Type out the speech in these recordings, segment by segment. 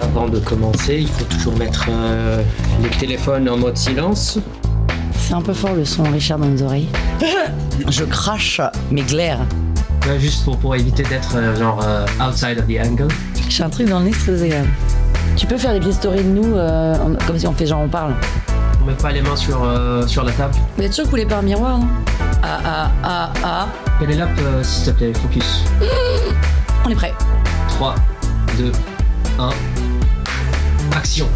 avant de commencer, il faut toujours mettre euh, les téléphones en mode silence. C'est un peu fort le son, Richard, dans nos oreilles. Je crache mes glaires. Ouais, juste pour, pour éviter d'être euh, genre euh, outside of the angle. J'ai un truc dans le nez, c'est désagréable. Tu peux faire des petites stories de nous, euh, en- comme si on fait genre on parle. On met pas les mains sur, euh, sur la table. Vous êtes sûr que vous voulez pas un miroir, non Ah ah ah ah. Pénélope, euh, s'il te plaît, focus. On est prêt. 3, 2, 1. Action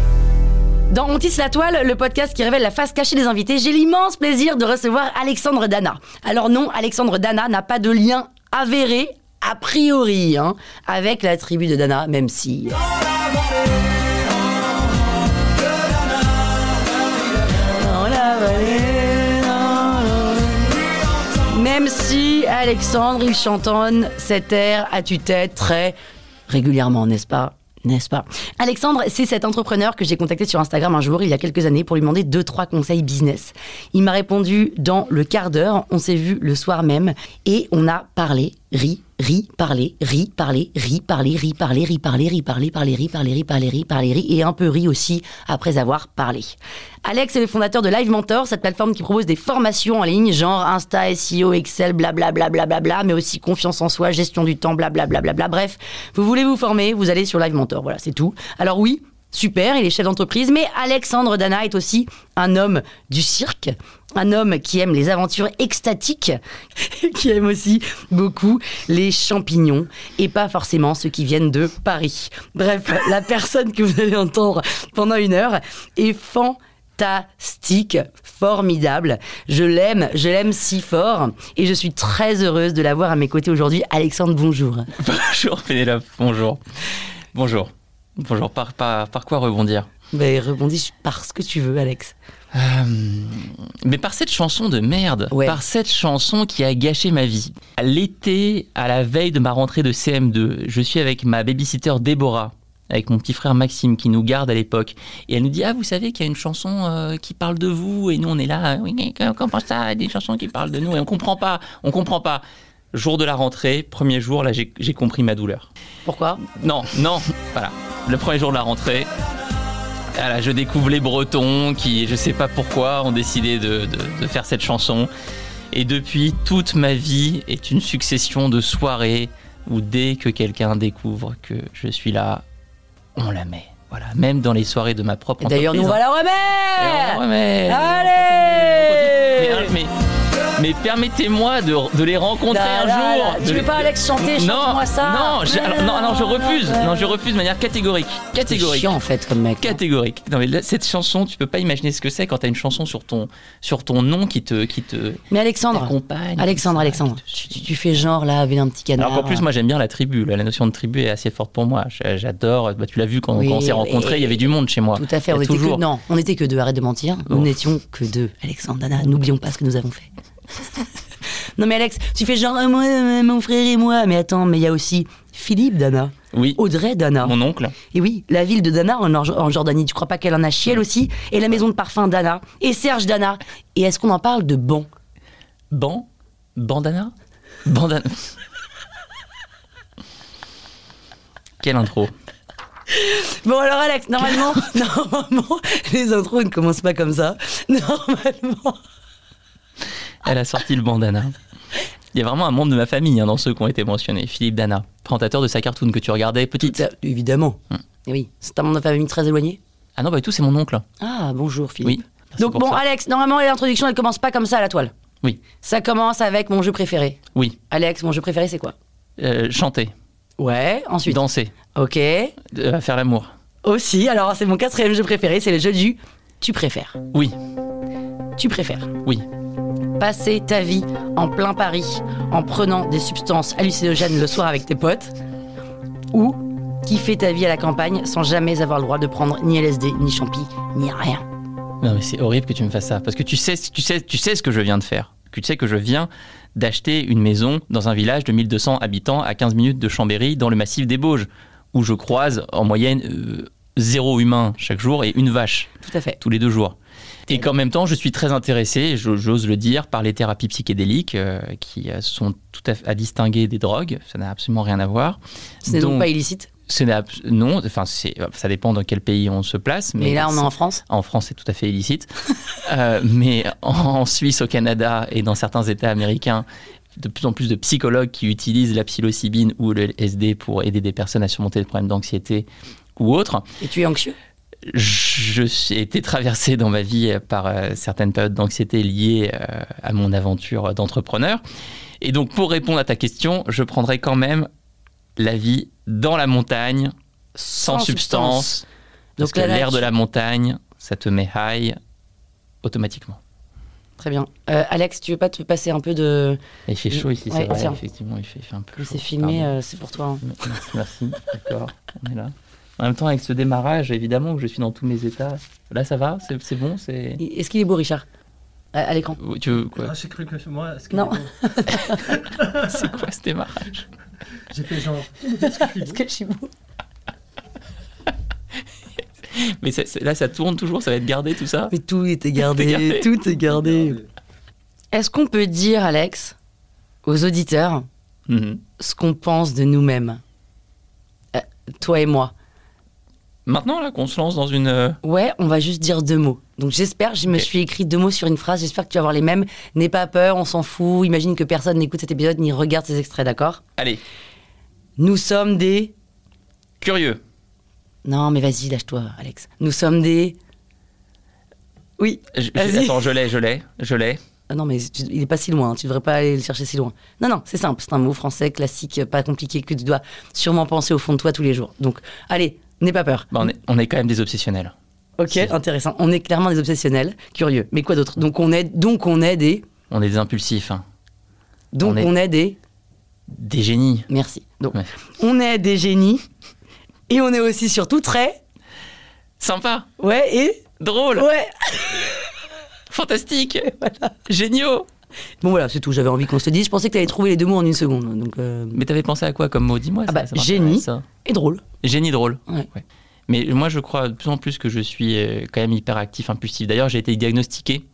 Dans On tisse la toile, le podcast qui révèle la face cachée des invités, j'ai l'immense plaisir de recevoir Alexandre Dana. Alors non, Alexandre Dana n'a pas de lien avéré, a priori, hein, avec la tribu de Dana, même si... euh, Dans la vallée, dans la- Même si Alexandre, il chantonne cet air à tue-tête très régulièrement, n'est-ce pas n'est-ce pas Alexandre, c'est cet entrepreneur que j'ai contacté sur Instagram un jour, il y a quelques années, pour lui demander deux, trois conseils business. Il m'a répondu dans le quart d'heure, on s'est vu le soir même, et on a parlé, ri, ri, parlé, ri, parlé, ri, parlé, ri, parlé, ri, parlé, ri, parlé, parlé, ri, parlé, ri, parlé, ri, parlé, ri, et un peu ri aussi après avoir parlé. Alex est le fondateur de Live Mentor, cette plateforme qui propose des formations en ligne, genre Insta, SEO, Excel, blablabla, blablabla, mais aussi confiance en soi, gestion du temps, blablabla, blablabla. Bref, vous voulez vous former, vous allez sur Live Mentor, voilà, c'est tout. Alors oui, super, il est chef d'entreprise, mais Alexandre Dana est aussi un homme du cirque, un homme qui aime les aventures extatiques, qui aime aussi beaucoup les champignons et pas forcément ceux qui viennent de Paris. Bref, la personne que vous allez entendre pendant une heure est fantastique, formidable. Je l'aime, je l'aime si fort et je suis très heureuse de l'avoir à mes côtés aujourd'hui. Alexandre, bonjour. Bonjour Pénélope, bonjour. Bonjour. Bonjour, par, par, par quoi rebondir Ben, rebondis par ce que tu veux, Alex. Euh, Mais par cette chanson de merde, Ouais. par cette chanson qui a gâché ma vie. À L'été, à la veille de ma rentrée de CM2, je suis avec ma babysitter Déborah, avec mon petit frère Maxime qui nous garde à l'époque. Et elle nous dit Ah, vous savez qu'il y a une chanson euh, qui parle de vous, et nous on est là, euh, oui, mais co- comment ça, des chansons qui parlent de nous, et on comprend pas, on comprend pas. Jour de la rentrée, premier jour, là j'ai j'ai compris ma douleur. Pourquoi Non, non, voilà. Le premier jour de la rentrée, voilà, je découvre les Bretons qui, je sais pas pourquoi, ont décidé de, de- de faire cette chanson. Et depuis, toute ma vie est une succession de soirées où dès que quelqu'un découvre que je suis là, on la met. Voilà, même dans les soirées de ma propre D'ailleurs, nous entreprise, voilà hein. Et on remettre la remet. Mais, Allez mais- hein, mais permettez-moi de, de les rencontrer Là, un Bah là, jour. là, de Tu veux les- pas Alex chanter Chante-moi ça non, je, alors, non, non, je refuse. Non, je refuse de manière catégorique. C'est Catégorique. chiant en fait comme mec. Catégorique. Non, mais là, cette chanson, tu peux pas imaginer ce que c'est quand t'as une chanson sur ton, sur ton nom qui te, qui te Mais Alexandre, accompagne. Ah, Alexandre, Alexandre, tu, tu- Ah. tu fais genre là avec un petit canard. Alors qu'en plus, moi j'aime bien la tribu. La la notion de tribu est assez forte pour moi. J'- J'adore. Bah, tu l'as vu quand, Oui, quand on s'est rencontrés, et- il y avait du monde chez moi. Tout à fait, Il y a on était que, toujours. non, on n'était que deux, arrête de mentir. Nous Bon. n'étions que deux, Alexandre, Dana, n'oublions pas ce que nous avons fait. non mais Alex, tu fais genre, euh, moi, euh, mon frère et moi, mais attends, mais il y a aussi Philippe, Dana, Oui, Audrey, Dana. mon oncle. Et oui, la ville de Dana en, Or- en Jordanie, tu crois pas qu'elle en a chiel aussi Et la maison de parfum Dana, et Serge Dana. Et est-ce qu'on en parle de bon Ban Bandana Bandana. Quelle intro. Bon alors Alex, normalement, normalement, les intros ne commencent pas comme ça. Normalement. Elle a sorti le bandana. Il y a vraiment un membre de ma famille hein, dans ceux qui ont été mentionnés. Philippe Dana, présentateur de sa cartoon que tu regardais petite. Ça, évidemment. Hum. Et oui, c'est un membre de famille très éloigné. Ah non, bah tout, c'est mon oncle. Ah, bonjour Philippe. Oui, merci Donc pour bon ça. Alex, normalement l'introduction elle commence pas comme ça à la toile. Oui, Ça commence avec mon jeu préféré. oui. Alex, mon jeu préféré c'est quoi Euh, chanter, Ouais, ensuite. danser, Ok. euh, faire l'amour. Aussi, alors c'est mon quatrième jeu préféré, c'est le jeu du tu préfères. Oui, Tu préfères. oui. Passer ta vie en plein Paris en prenant des substances hallucinogènes le soir avec tes potes ou kiffer ta vie à la campagne sans jamais avoir le droit de prendre ni LSD, ni champi, ni rien. Non mais c'est horrible que tu me fasses ça parce que tu sais, tu sais, tu sais ce que je viens de faire. Tu sais que je viens d'acheter une maison dans un village de 1200 habitants à 15 minutes de Chambéry dans le massif des Bauges où je croise en moyenne euh, zéro humain chaque jour et une vache. Tout à fait. tous les deux jours. Et qu'en même temps, je suis très intéressé, je- j'ose le dire, par les thérapies psychédéliques euh, qui euh, sont tout à, fait- à distinguer des drogues. Ça n'a absolument rien à voir. Ce n'est donc pas illicite. Ce n'est abs- non, enfin, c'est- euh, ça dépend dans quel pays on se place. Mais, Mais là, on est c'est- en France. en France, c'est tout à fait illicite. Euh, mais en, en Suisse, au Canada et dans certains États américains, de plus en plus de psychologues qui utilisent la psilocybine ou le LSD pour aider des personnes à surmonter des problèmes d'anxiété ou autres. Et tu es anxieux Je j'ai été traversé dans ma vie par euh, certaines périodes d'anxiété liées euh, à mon aventure d'entrepreneur. Et donc, pour répondre à ta question, je prendrai quand même la vie dans la montagne, sans, Sans substance. Donc Parce que là, là, l'air de tu- la montagne, ça te met high automatiquement. Très bien. Euh, Alex, tu veux pas te passer un peu de. Et il fait chaud ici, Ouais, c'est vrai, tiens. effectivement, il fait, il fait un peu chaud. C'est filmé, Pardon. euh, c'est pour toi. hein. Merci, d'accord, on est là. En même temps, avec ce démarrage, évidemment que je suis dans tous mes états. Là, ça va C'est c'est bon c'est... Est-ce qu'il est beau, Richard Euh, À, à l'écran. Tu veux quoi Ah, j'ai cru que moi, ce Non. non. C'est quoi ce démarrage j'ai fait genre. Est-ce que je suis beau Mais c'est- c'est- là, ça tourne toujours, ça va être gardé tout ça Mais tout était Tout est gardé. tout est gardé. Regardez. Est-ce qu'on peut dire, Alex, aux auditeurs, Mhm. ce qu'on pense de nous-mêmes Euh, Toi et moi. Maintenant, là, qu'on se lance dans une. euh, Ouais, on va juste dire deux mots. Donc j'espère, je me Ok. suis écrit deux mots sur une phrase, j'espère que tu vas avoir les mêmes. N'aie pas peur, on s'en fout, imagine que personne n'écoute cet épisode ni regarde ces extraits, d'accord Allez, Nous sommes des... curieux, Non mais vas-y, lâche-toi Alex. Nous sommes des... Oui, Je- je- Vas-y. attends, je l'ai, je l'ai, je l'ai. Ah non, mais tu- il est pas si loin, hein, tu devrais pas aller le chercher si loin. Non, non, c'est simple, c'est un mot français classique, euh, pas compliqué, que tu dois sûrement penser au fond de toi tous les jours. Donc, allez, n'aie pas peur. Bah, on, est, on est quand même des obsessionnels. Ok, Si. intéressant. On est clairement des obsessionnels, curieux. Mais quoi d'autre Donc, on est, donc on est des. On est des impulsifs, hein. Donc, On est- on est des. des génies. Merci. Donc, Ouais. on est des génies. Et on est aussi surtout très. Sympa, Ouais, et. drôle, Ouais. fantastique, géniaux. Bon, voilà, c'est tout. J'avais envie qu'on se le dise. Je pensais que tu allais trouver les deux mots en une seconde. Donc, euh, Mais t'avais pensé à quoi comme mot Dis-moi. Ah ça, bah, ça m'intéresse, génie. ça. et drôle. Génie drôle. Ouais. Mais moi, je crois de plus en plus que je suis euh, quand même hyperactif, impulsif. D'ailleurs, j'ai été diagnostiqué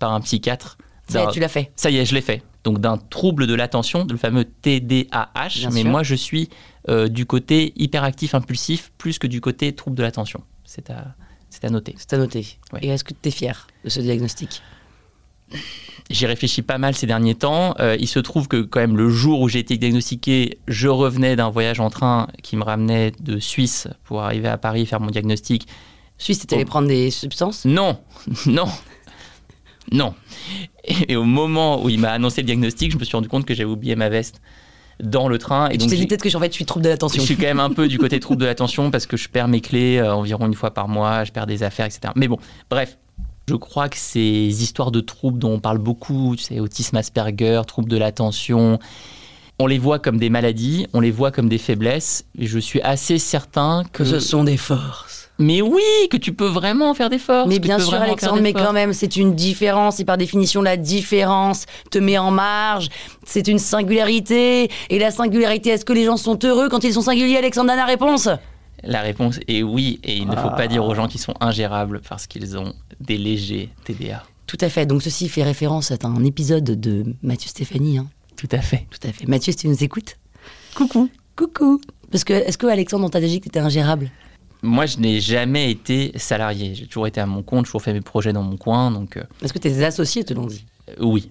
par un psychiatre. Bah, Ça, d'un- Bah, tu l'as fait. Ça y est, je l'ai fait. Donc d'un trouble de l'attention, le fameux TDAH. Bien mais sûr. moi, je suis euh, du côté hyperactif, impulsif, plus que du côté trouble de l'attention. C'est à, c'est à noter. C'est à noter. Ouais. Et est-ce que tu es fier de ce diagnostic J'y réfléchis pas mal ces derniers temps. Euh, il se trouve que quand même le jour où j'ai été diagnostiqué, je revenais d'un voyage en train qui me ramenait de Suisse pour arriver à Paris faire mon diagnostic. Suisse, c'était allé Oh. prendre des substances Non, non, non. Et, et au moment où il m'a annoncé le diagnostic, je me suis rendu compte que j'avais oublié ma veste dans le train. Et, Et tu donc t'es dit j'ai- peut-être que je- en fait, je suis trouble de je l'attention. suis quand même un peu du côté trouble de l'attention parce que je perds mes clés euh, environ une fois par mois, je perds des affaires, etc. Mais bon, bref. Je crois que ces histoires de troubles dont on parle beaucoup, tu sais, autisme Asperger, troubles de l'attention, on les voit comme des maladies, on les voit comme des faiblesses. Et je suis assez certain Que que. ce sont des forces. Mais oui, que tu peux vraiment faire des forces. Mais que tu bien peux sûr, vraiment faire Alexandre, des mais forces. quand même, c'est une différence. Et par définition, la différence te met en marge. C'est une singularité. Et la singularité, est-ce que les gens sont heureux quand ils sont singuliers Alexandre, donne la réponse. La réponse est oui, et il ne faut Ah. pas dire aux gens qui sont ingérables parce qu'ils ont des légers TDA. Tout à fait. Donc ceci fait référence à un épisode de Mathieu Stéphanie. hein. Tout à fait. Tout à fait. Mathieu, si tu nous écoutes Coucou. Coucou. Parce que, est-ce que Alexandre, on t'a déjà dit que t'étais ingérable Moi, je n'ai jamais été salarié. J'ai toujours été à mon compte, j'ai toujours fait mes projets dans mon coin, donc euh, Est-ce que tes associés te l'ont dit euh, oui.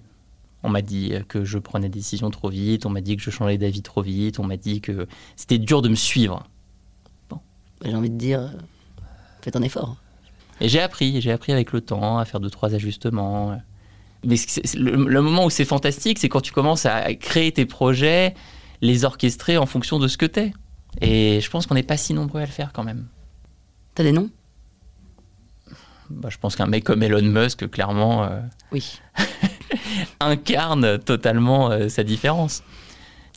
On m'a dit euh, que je prenais des décisions trop vite, on m'a dit que je changeais d'avis trop vite, on m'a dit que c'était dur de me suivre. J'ai envie de dire, euh, faites un effort. Et j'ai appris, j'ai appris avec le temps à faire deux, trois ajustements. Mais c'est- c'est- le, le moment où c'est fantastique, c'est quand tu commences à créer tes projets, les orchestrer en fonction de ce que t'es. Et je pense qu'on n'est pas si nombreux à le faire quand même. T'as des noms Bah, je pense qu'un mec comme Elon Musk, clairement, euh, Oui. incarne totalement euh, sa différence.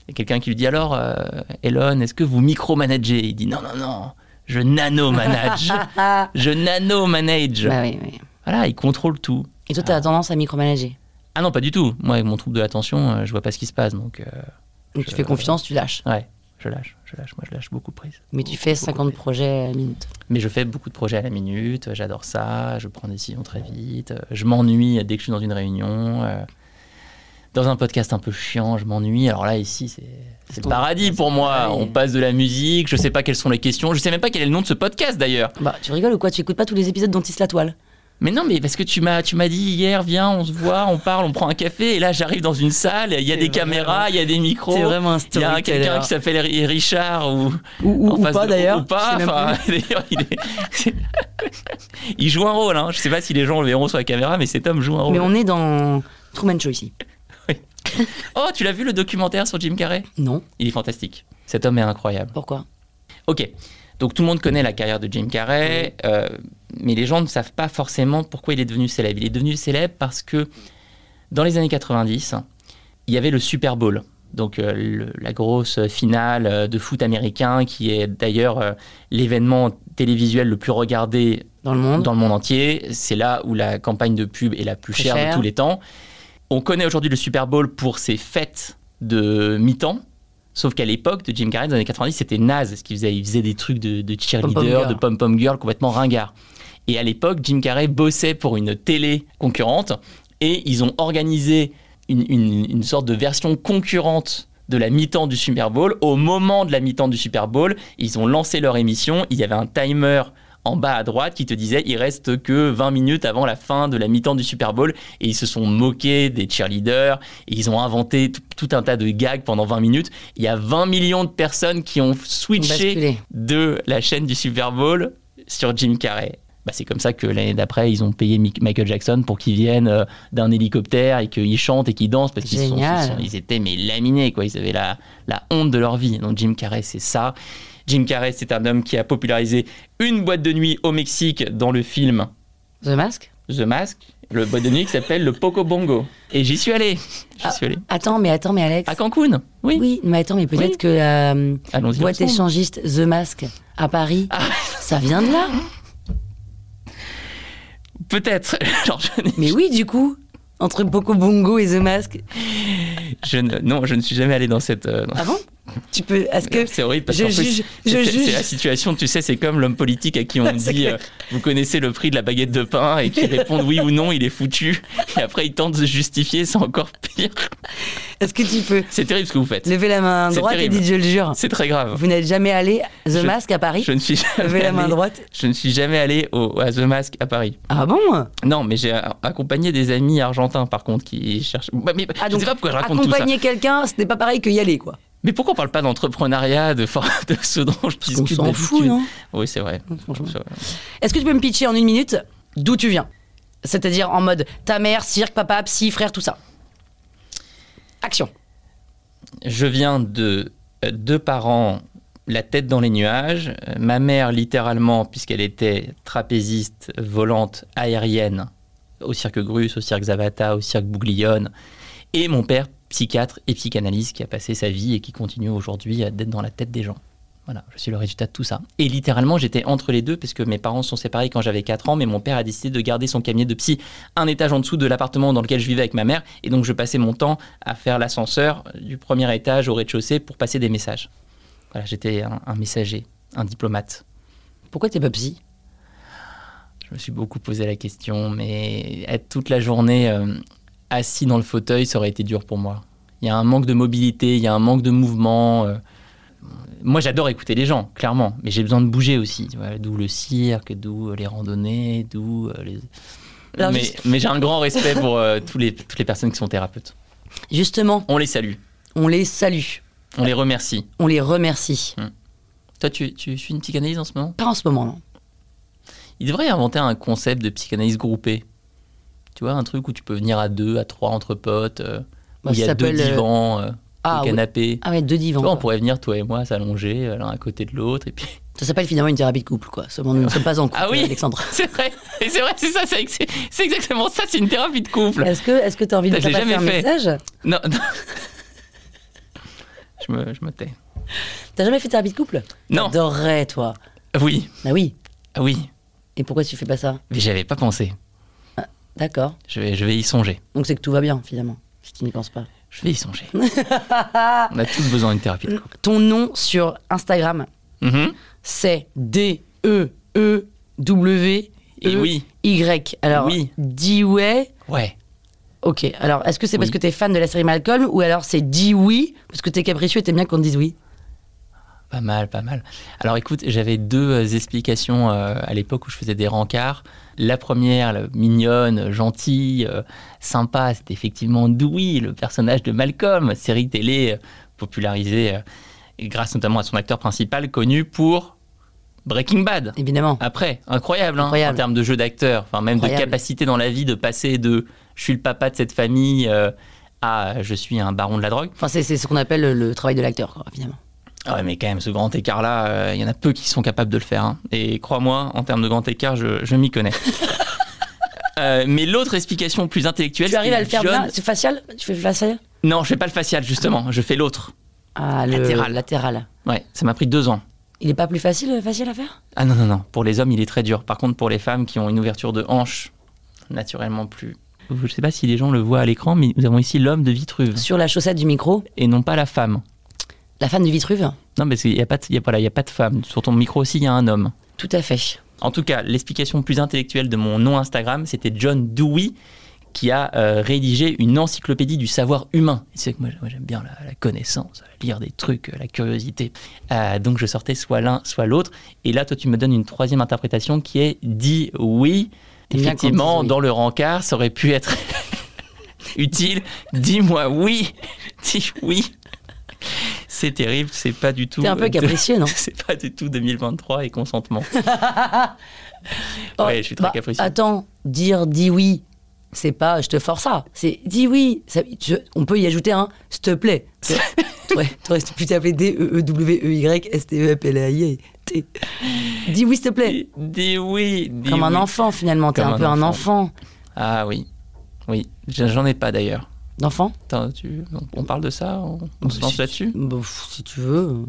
Il y a quelqu'un qui lui dit alors, euh, Elon, est-ce que vous micromanagez Il dit non, non, non, je nano-manage. Ah. je nano-manage. Bah oui, oui. Voilà, il contrôle tout. Et toi, t'as tendance à micromanager. Ah non, pas du tout. Moi, avec mon trouble de l'attention, euh, je vois pas ce qui se passe, donc euh, Donc tu Je- fais confiance, tu lâches. ouais, je lâche, je lâche. Moi, je lâche beaucoup de prise. Mais tu fais 50 projets à la minute. Mais je fais beaucoup de projets à la minute. euh, J'adore ça. Je prends des décisions très vite. euh, Je m'ennuie dès que je suis dans une réunion. euh. dans un podcast un peu chiant, je m'ennuie. Alors là, ici, c'est. C'est le ton- paradis pour moi. pareil. On passe de la musique, je sais pas quelles sont les questions, je sais même pas quel est le nom de ce podcast d'ailleurs. Bah, tu rigoles ou quoi Tu écoutes pas tous les épisodes dont il se la toile Mais non, mais parce que tu m'as, tu m'as dit hier, viens, on se voit, on parle, on prend un café, et là j'arrive dans une salle, il y a C'est des vraiment- caméras, il y a des micros, vraiment un il y a un- quelqu'un qui s'appelle Ri- Richard ou, Ou, ou- en ou face pas de- d'ailleurs. ou pas, je sais même enfin, plus. d'ailleurs, il, est- c'est- il joue un rôle, hein. je sais pas si les gens le verront sur la caméra, mais cet homme joue un rôle. Mais on est dans Truman Show ici. Oh, tu l'as vu le documentaire sur Jim Carrey Non, Il est fantastique, cet homme est incroyable. pourquoi Ok, donc tout le monde connaît la carrière de Jim Carrey, euh, mais les gens ne savent pas forcément pourquoi il est devenu célèbre. Il est devenu célèbre parce que dans les années 90, il y avait le Super Bowl, donc euh, le- la grosse finale euh, de foot américain qui est d'ailleurs euh, l'événement télévisuel le plus regardé Dans le monde dans le monde entier. C'est là où la campagne de pub est la plus Très chère chère. de tous les temps. On connaît aujourd'hui le Super Bowl pour ses fêtes de mi-temps. Sauf qu'à l'époque de Jim Carrey, dans les années 90, c'était naze ce qu'il faisait. Il faisait des trucs de, de cheerleader, girl. de pom-pom girl complètement ringard. Et à l'époque, Jim Carrey bossait pour une télé concurrente et ils ont organisé une, une- une sorte de version concurrente de la mi-temps du Super Bowl. Au moment de la mi-temps du Super Bowl, ils ont lancé leur émission. Il y avait un timer en bas à droite qui te disait il reste que 20 minutes avant la fin de la mi-temps du Super Bowl et ils se sont moqués des cheerleaders et ils ont inventé t- tout un tas de gags pendant 20 minutes. Il y a 20 millions de personnes qui ont switché Basculé. de la chaîne du Super Bowl sur Jim Carrey. Bah, c'est comme ça que l'année d'après, ils ont payé Mick- Michael Jackson pour qu'il vienne euh, d'un hélicoptère et qu'il chante et qu'il danse parce qu'ils sont- Génial. ils sont- ils étaient mais laminés quoi. Ils avaient la, la honte de leur vie. Donc Jim Carrey, c'est ça. Jim Carrey, c'est un homme qui a popularisé une boîte de nuit au Mexique dans le film The Mask The Mask. Le boîte de nuit qui s'appelle le Poco Bongo. Et j'y suis allé. J'y suis allé. Attends, mais attends, mais Alex. À Cancun. Oui. Ah. oui, mais attends, mais peut-être Oui. que la euh, Allons-y. boîte ensemble. échangiste The Mask à Paris, Ah. ça vient de là Peut-être. Alors, je n'ai- Mais oui, du coup, entre Boko Bongo et The Mask. je ne- non, je ne suis jamais allé dans cette. euh, dans- Ah bon Tu peux. Est-ce que. C'est horrible parce Je qu'en plus, juge, c'est- je c'est- juge. c'est la situation, tu sais, c'est comme l'homme politique à qui on C'est dit clair. euh, vous connaissez le prix de la baguette de pain et qui répond oui ou non, il est foutu. Et après, il tente de se justifier, c'est encore pire. Est-ce que tu peux C'est terrible ce que vous faites. lever la main C'est droite et terrible. dites je le jure C'est très grave. Vous n'êtes jamais allé à The Je- Mask à Paris Je ne suis Levez jamais la main allé, droite. je ne suis jamais allé au, à The Mask à Paris. Ah bon Non, mais j'ai a- accompagné des amis argentins par contre qui cherchent. Bah, mais Ah, je donc, sais pas pourquoi je raconte tout ça. Accompagner quelqu'un, ce n'est pas pareil que y aller, quoi. Mais pourquoi on parle pas d'entrepreneuriat, de, for- de ce dont je On discute s'en fout, d'habitude non Oui, c'est vrai. Franchement. C'est vrai. Est-ce que tu peux me pitcher en une minute d'où tu viens C'est-à-dire en mode ta mère, cirque, papa, psy, frère, tout ça. Action. Je viens de euh, deux parents, la tête dans les nuages. Euh, Ma mère, littéralement, puisqu'elle était trapéziste, volante, aérienne, au cirque Grus, au cirque Zavata, au cirque Bouglione. Et mon père, psychiatre et psychanalyste, qui a passé sa vie et qui continue aujourd'hui à- d'être dans la tête des gens. Voilà, je suis le résultat de tout ça. Et littéralement, j'étais entre les deux parce que mes parents se sont séparés quand j'avais 4 ans, mais mon père a décidé de garder son cabinet de psy un étage en dessous de l'appartement dans lequel je vivais avec ma mère. Et donc, je passais mon temps à faire l'ascenseur du premier étage au rez-de-chaussée pour passer des messages. Voilà, j'étais un, un messager, un diplomate. Pourquoi t'es pas psy Je me suis beaucoup posé la question, mais être toute la journée euh, assis dans le fauteuil, ça aurait été dur pour moi. Il y a un manque de mobilité, il y a un manque de mouvement. euh. Moi, j'adore écouter les gens, clairement, mais j'ai besoin de bouger aussi. tu vois, D'où le cirque, d'où euh, les randonnées, d'où euh, les... Alors, mais juste- mais j'ai un grand respect pour euh, tous les, toutes les personnes qui sont thérapeutes. Justement, On les salue, on les salue, on les remercie. on les remercie. Toi, tu, tu suis une psychanalyse en ce moment Pas en ce moment, non. Il devrait inventer un concept de psychanalyse groupée. Tu vois, un truc où tu peux venir à deux, à trois entre potes, euh, Bah, où il y ça a deux s'appelle, euh, divans, euh, Ah, des oui. canapés. Ah ouais, deux divans. Tu vois, on quoi. pourrait venir, toi et moi, s'allonger euh, l'un à côté de l'autre. Et puis... Ça s'appelle finalement une thérapie de couple, quoi. Seulement, nous ne sommes pas en couple, Ah oui. Alexandre. C'est vrai, Et c'est vrai, c'est ça, c'est ex- c'est exactement ça, c'est une thérapie de couple. Est-ce que est-ce que t'as envie de Je l'ai faire passer un jamais fait. message Non, non. je, me, je me tais. T'as jamais fait de thérapie de couple Non. T'adorerais, toi. Oui, ah Bah oui. oui, Et pourquoi tu fais pas ça mais j'avais pas pensé. D'accord. Je vais, je vais y songer. Donc c'est que tout va bien, finalement, si tu n'y penses pas. Je vais y songer. On a tous besoin d'une thérapie de couple. Ton nom sur Instagram, Mhm. c'est D-E-E-W. Et oui. Y. Alors, Oui. Dewey Ouais. Ok, alors est-ce que c'est parce Oui. que t'es fan de la série Malcolm ou alors c'est dit oui parce que t'es capricieux et t'aimes bien qu'on te dise oui Pas mal, pas mal. Alors écoute, j'avais deux euh, explications euh, à l'époque où je faisais des rencarts. La première, la mignonne, gentille, euh, sympa, c'était effectivement Dewey, le personnage de Malcolm, série télé euh, popularisée euh, et grâce notamment à son acteur principal connu pour Breaking Bad. Évidemment. Après, incroyable, hein, Incroyable. en termes de jeu d'acteur, enfin même Incroyable. de capacité dans la vie de passer de je suis le papa de cette famille euh, à je suis un baron de la drogue. Enfin, c'est c'est ce qu'on appelle le, le travail de l'acteur, quoi, finalement. Ah Ouais, mais quand même, ce grand écart-là, euh, il y en a peu qui sont capables de le faire. hein. Et crois-moi, en termes de grand écart, je, je m'y connais. Euh, mais l'autre explication plus intellectuelle, Tu arrives c'est à le faire John- bien C'est facial Tu fais le facial Non, je fais pas le facial justement, je fais l'autre. Ah, le latéral. Latéral. Ouais, ça m'a pris deux ans. Il est pas plus facile, le facial à faire Ah non non non, pour les hommes, il est très dur. Par contre, pour les femmes qui ont une ouverture de hanche, naturellement plus. Je sais pas si les gens le voient à l'écran, mais nous avons ici l'homme de Vitruve Sur la chaussette du micro, et non pas la femme. la fan du Vitruve Non, parce qu'il n'y a pas de, il y a, voilà, il y a pas de femme. Sur ton micro aussi, il y a un homme. Tout à fait. En tout cas, l'explication plus intellectuelle de mon nom Instagram, c'était John Dewey qui a euh, rédigé une encyclopédie du savoir humain. C'est que moi, moi, j'aime bien la, la connaissance, lire des trucs, euh, la curiosité. Euh, donc je sortais soit l'un, soit l'autre. Et là, toi, tu me donnes une troisième interprétation qui est dit oui. T'aimes bien qu'on Effectivement, dise oui. dans le rencard, ça aurait pu être utile. Dis-moi oui, dis oui. C'est terrible, c'est pas du tout. T'es un peu euh, de- capricieux, hein. non C'est pas du tout 2023 et consentement. Ouais, je suis très capricieux. Bah, Attends, dire dis oui, c'est pas je te force ça. C'est dis oui. Ça- je- on peut y ajouter un s'il te plaît. Ouais, t'aurais pu t'appeler E D-E-E-W-E-Y-S-T-E-P-L-A-I-T. E Dis oui, s'il te plaît. Dis, dis oui, dis Comme un oui. enfant, finalement. T'es Comme un un peu un enfant. Ah oui, oui, J'en- j'en ai pas d'ailleurs. D'enfant Attends, tu- on, on parle de ça On, on se lance là-dessus Bah, pff, Si tu veux.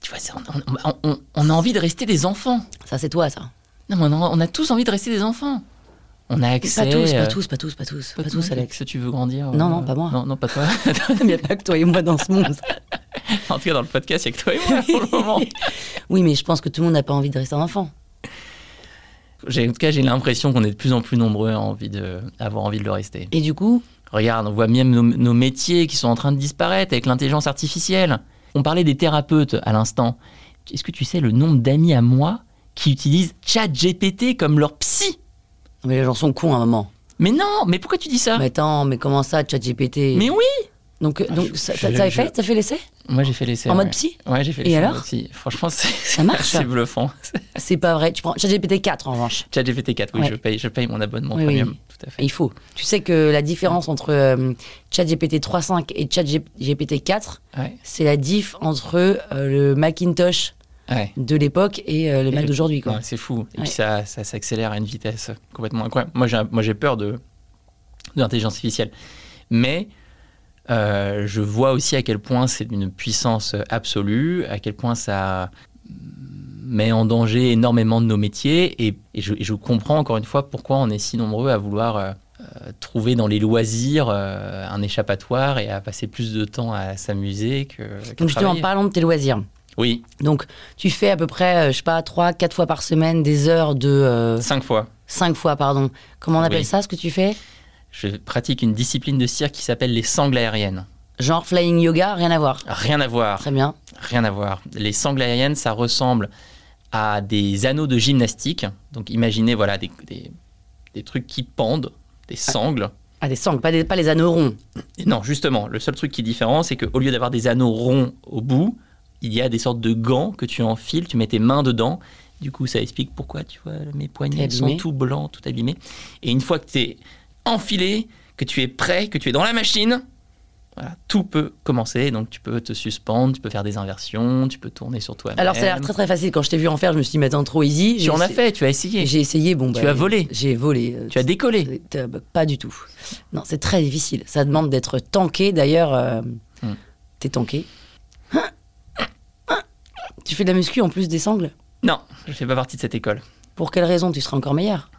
Tu vois, c'est- on, on- on- on a envie de rester des enfants. Ça, c'est toi, ça. Non, mais on a, on a tous envie de rester des enfants. On a accès. Pas tous, euh, pas tous, pas tous, pas tous. Pas tous, toi, Alex. Si tu veux grandir. euh, Non, non, pas moi. Non, non, pas toi. Il n'y a pas que toi et moi dans ce monde. en tout cas, dans le podcast, il n'y a que toi et moi pour le moment. Oui, mais je pense que tout le monde n'a pas envie de rester un enfant. J'ai- En tout cas, j'ai l'impression qu'on est de plus en plus nombreux à envie de, à avoir envie de le rester. Et du coup, Regarde, on voit même nos, nos métiers qui sont en train de disparaître avec l'intelligence artificielle. On parlait des thérapeutes à l'instant. Est-ce que tu sais le nombre d'amis à moi qui utilisent ChatGPT comme leur psy mais les gens sont cons à un moment. Mais non, mais pourquoi tu dis ça Mais Mais, attends, mais comment ça, ChatGPT oui Donc, euh, donc je- ça- je- t'as t'avais je- fait, t'as fait l'essai Moi j'ai fait l'essai. En ouais. mode psy Ouais, j'ai fait Et l'essai en alors mode psy. Franchement, c'est Ça marche c'est bluffant. C'est pas vrai. Tu prends ChatGPT 4 en revanche. ChatGPT 4, oui, Ouais. je, paye, je paye mon abonnement Oui, oui. premium. Tout à Et fait. Il faut. Tu sais que la différence entre euh, ChatGPT 3.5 et ChatGPT 4, Ouais, c'est la diff entre euh, le Macintosh ouais. de l'époque et euh, le Mac le- d'aujourd'hui. Non, quoi. C'est fou. Et Ouais. puis ça, ça s'accélère à une vitesse complètement incroyable. Moi, j'ai, un- moi, j'ai peur de, de l'intelligence artificielle. Mais euh, je vois aussi à quel point c'est d'une puissance absolue, à quel point ça met en danger énormément de nos métiers. Et, et je, et je comprends encore une fois pourquoi on est si nombreux à vouloir euh, euh, trouver dans les loisirs euh, un échappatoire et à passer plus de temps à s'amuser que. qu'à Donc justement, travailler. parlons de tes loisirs. Oui, Donc tu fais à peu près, euh, je sais pas, 3-4 fois par semaine des heures de... cinq fois. 5 fois, pardon. Comment on appelle Oui. ça, ce que tu fais Je pratique une discipline de cirque qui s'appelle les sangles aériennes. Genre flying yoga, rien à voir. Rien à voir, Très bien. rien à voir. Les sangles aériennes, ça ressemble à des anneaux de gymnastique. Donc imaginez, voilà, des, des- des trucs qui pendent, des sangles. Ah, des sangles, pas, des- pas les anneaux ronds. Et non, justement, le seul truc qui est différent, c'est qu'au lieu d'avoir des anneaux ronds au bout, il y a des sortes de gants que tu enfiles, tu mets tes mains dedans. Du coup, ça explique pourquoi, tu vois, mes poignets T'es sont abîmé. tout blancs, tout abîmés. Et une fois que tu es enfilé, que tu es prêt, que tu es dans la machine, voilà, tout peut commencer. Donc, tu peux te suspendre, tu peux faire des inversions, tu peux tourner sur toi-même. Alors ça a l'air très très facile. Quand je t'ai vu en faire, je me suis dit, mais attends, trop easy. Euh, Tu J'ai en as essa- fait, tu as essayé, J'ai essayé, bon. bah, Tu as volé. J'ai volé. euh, tu as décollé. c'est- euh, bah, Pas du tout. Non, c'est très difficile. Ça demande d'être tanké. D'ailleurs, euh, Hmm. t'es tanké. Hein Tu fais de la muscu en plus des sangles Non, je fais pas partie de cette école. Pour quelle raison tu seras encore meilleur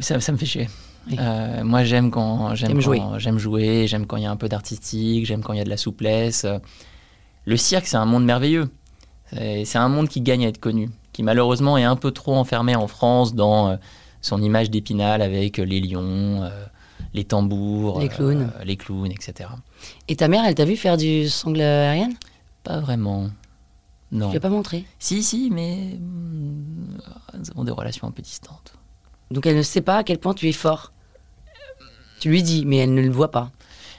Ça, ça me fait chier. Oui. Euh, moi, j'aime quand j'aime T'aimes quand- jouer. j'aime jouer, j'aime quand il y a un peu d'artistique, j'aime quand il y a de la souplesse. Le cirque, c'est un monde merveilleux. C'est c'est un monde qui gagne à être connu, qui malheureusement est un peu trop enfermé en France dans euh, son image d'épinal avec les lions, euh, les tambours, Les clowns. euh, les clowns, etc. Et ta mère, elle t'a vu faire du sangle aérien Pas vraiment. Non. Tu l'as pas montré. Si, si, mais hmm, nous avons des relations un peu distantes. Donc elle ne sait pas à quel point tu es fort. Tu lui dis, mais elle ne le voit pas.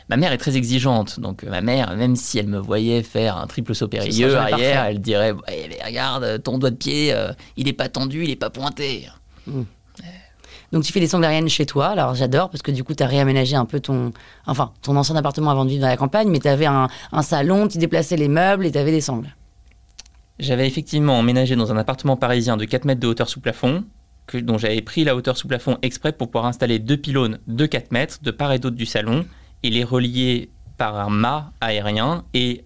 Ma mère est très exigeante, donc euh, ma mère, même si elle me voyait faire un triple saut Ce périlleux sera jamais arrière, parfait. elle dirait Bah, eh, mais Regarde, euh, ton doigt de pied, euh, il n'est pas tendu, il n'est pas pointé. Donc tu fais des sangles aériennes chez toi. Alors j'adore parce que du coup tu as réaménagé un peu ton, enfin ton ancien appartement avant de vivre dans la campagne, mais tu avais un, un salon, tu déplaçais les meubles et tu avais des sangles. J'avais effectivement emménagé dans un appartement parisien de 4 mètres de hauteur sous plafond, que, dont j'avais pris la hauteur sous plafond exprès pour pouvoir installer deux pylônes de 4 mètres de part et d'autre du salon et les relier par un mât aérien et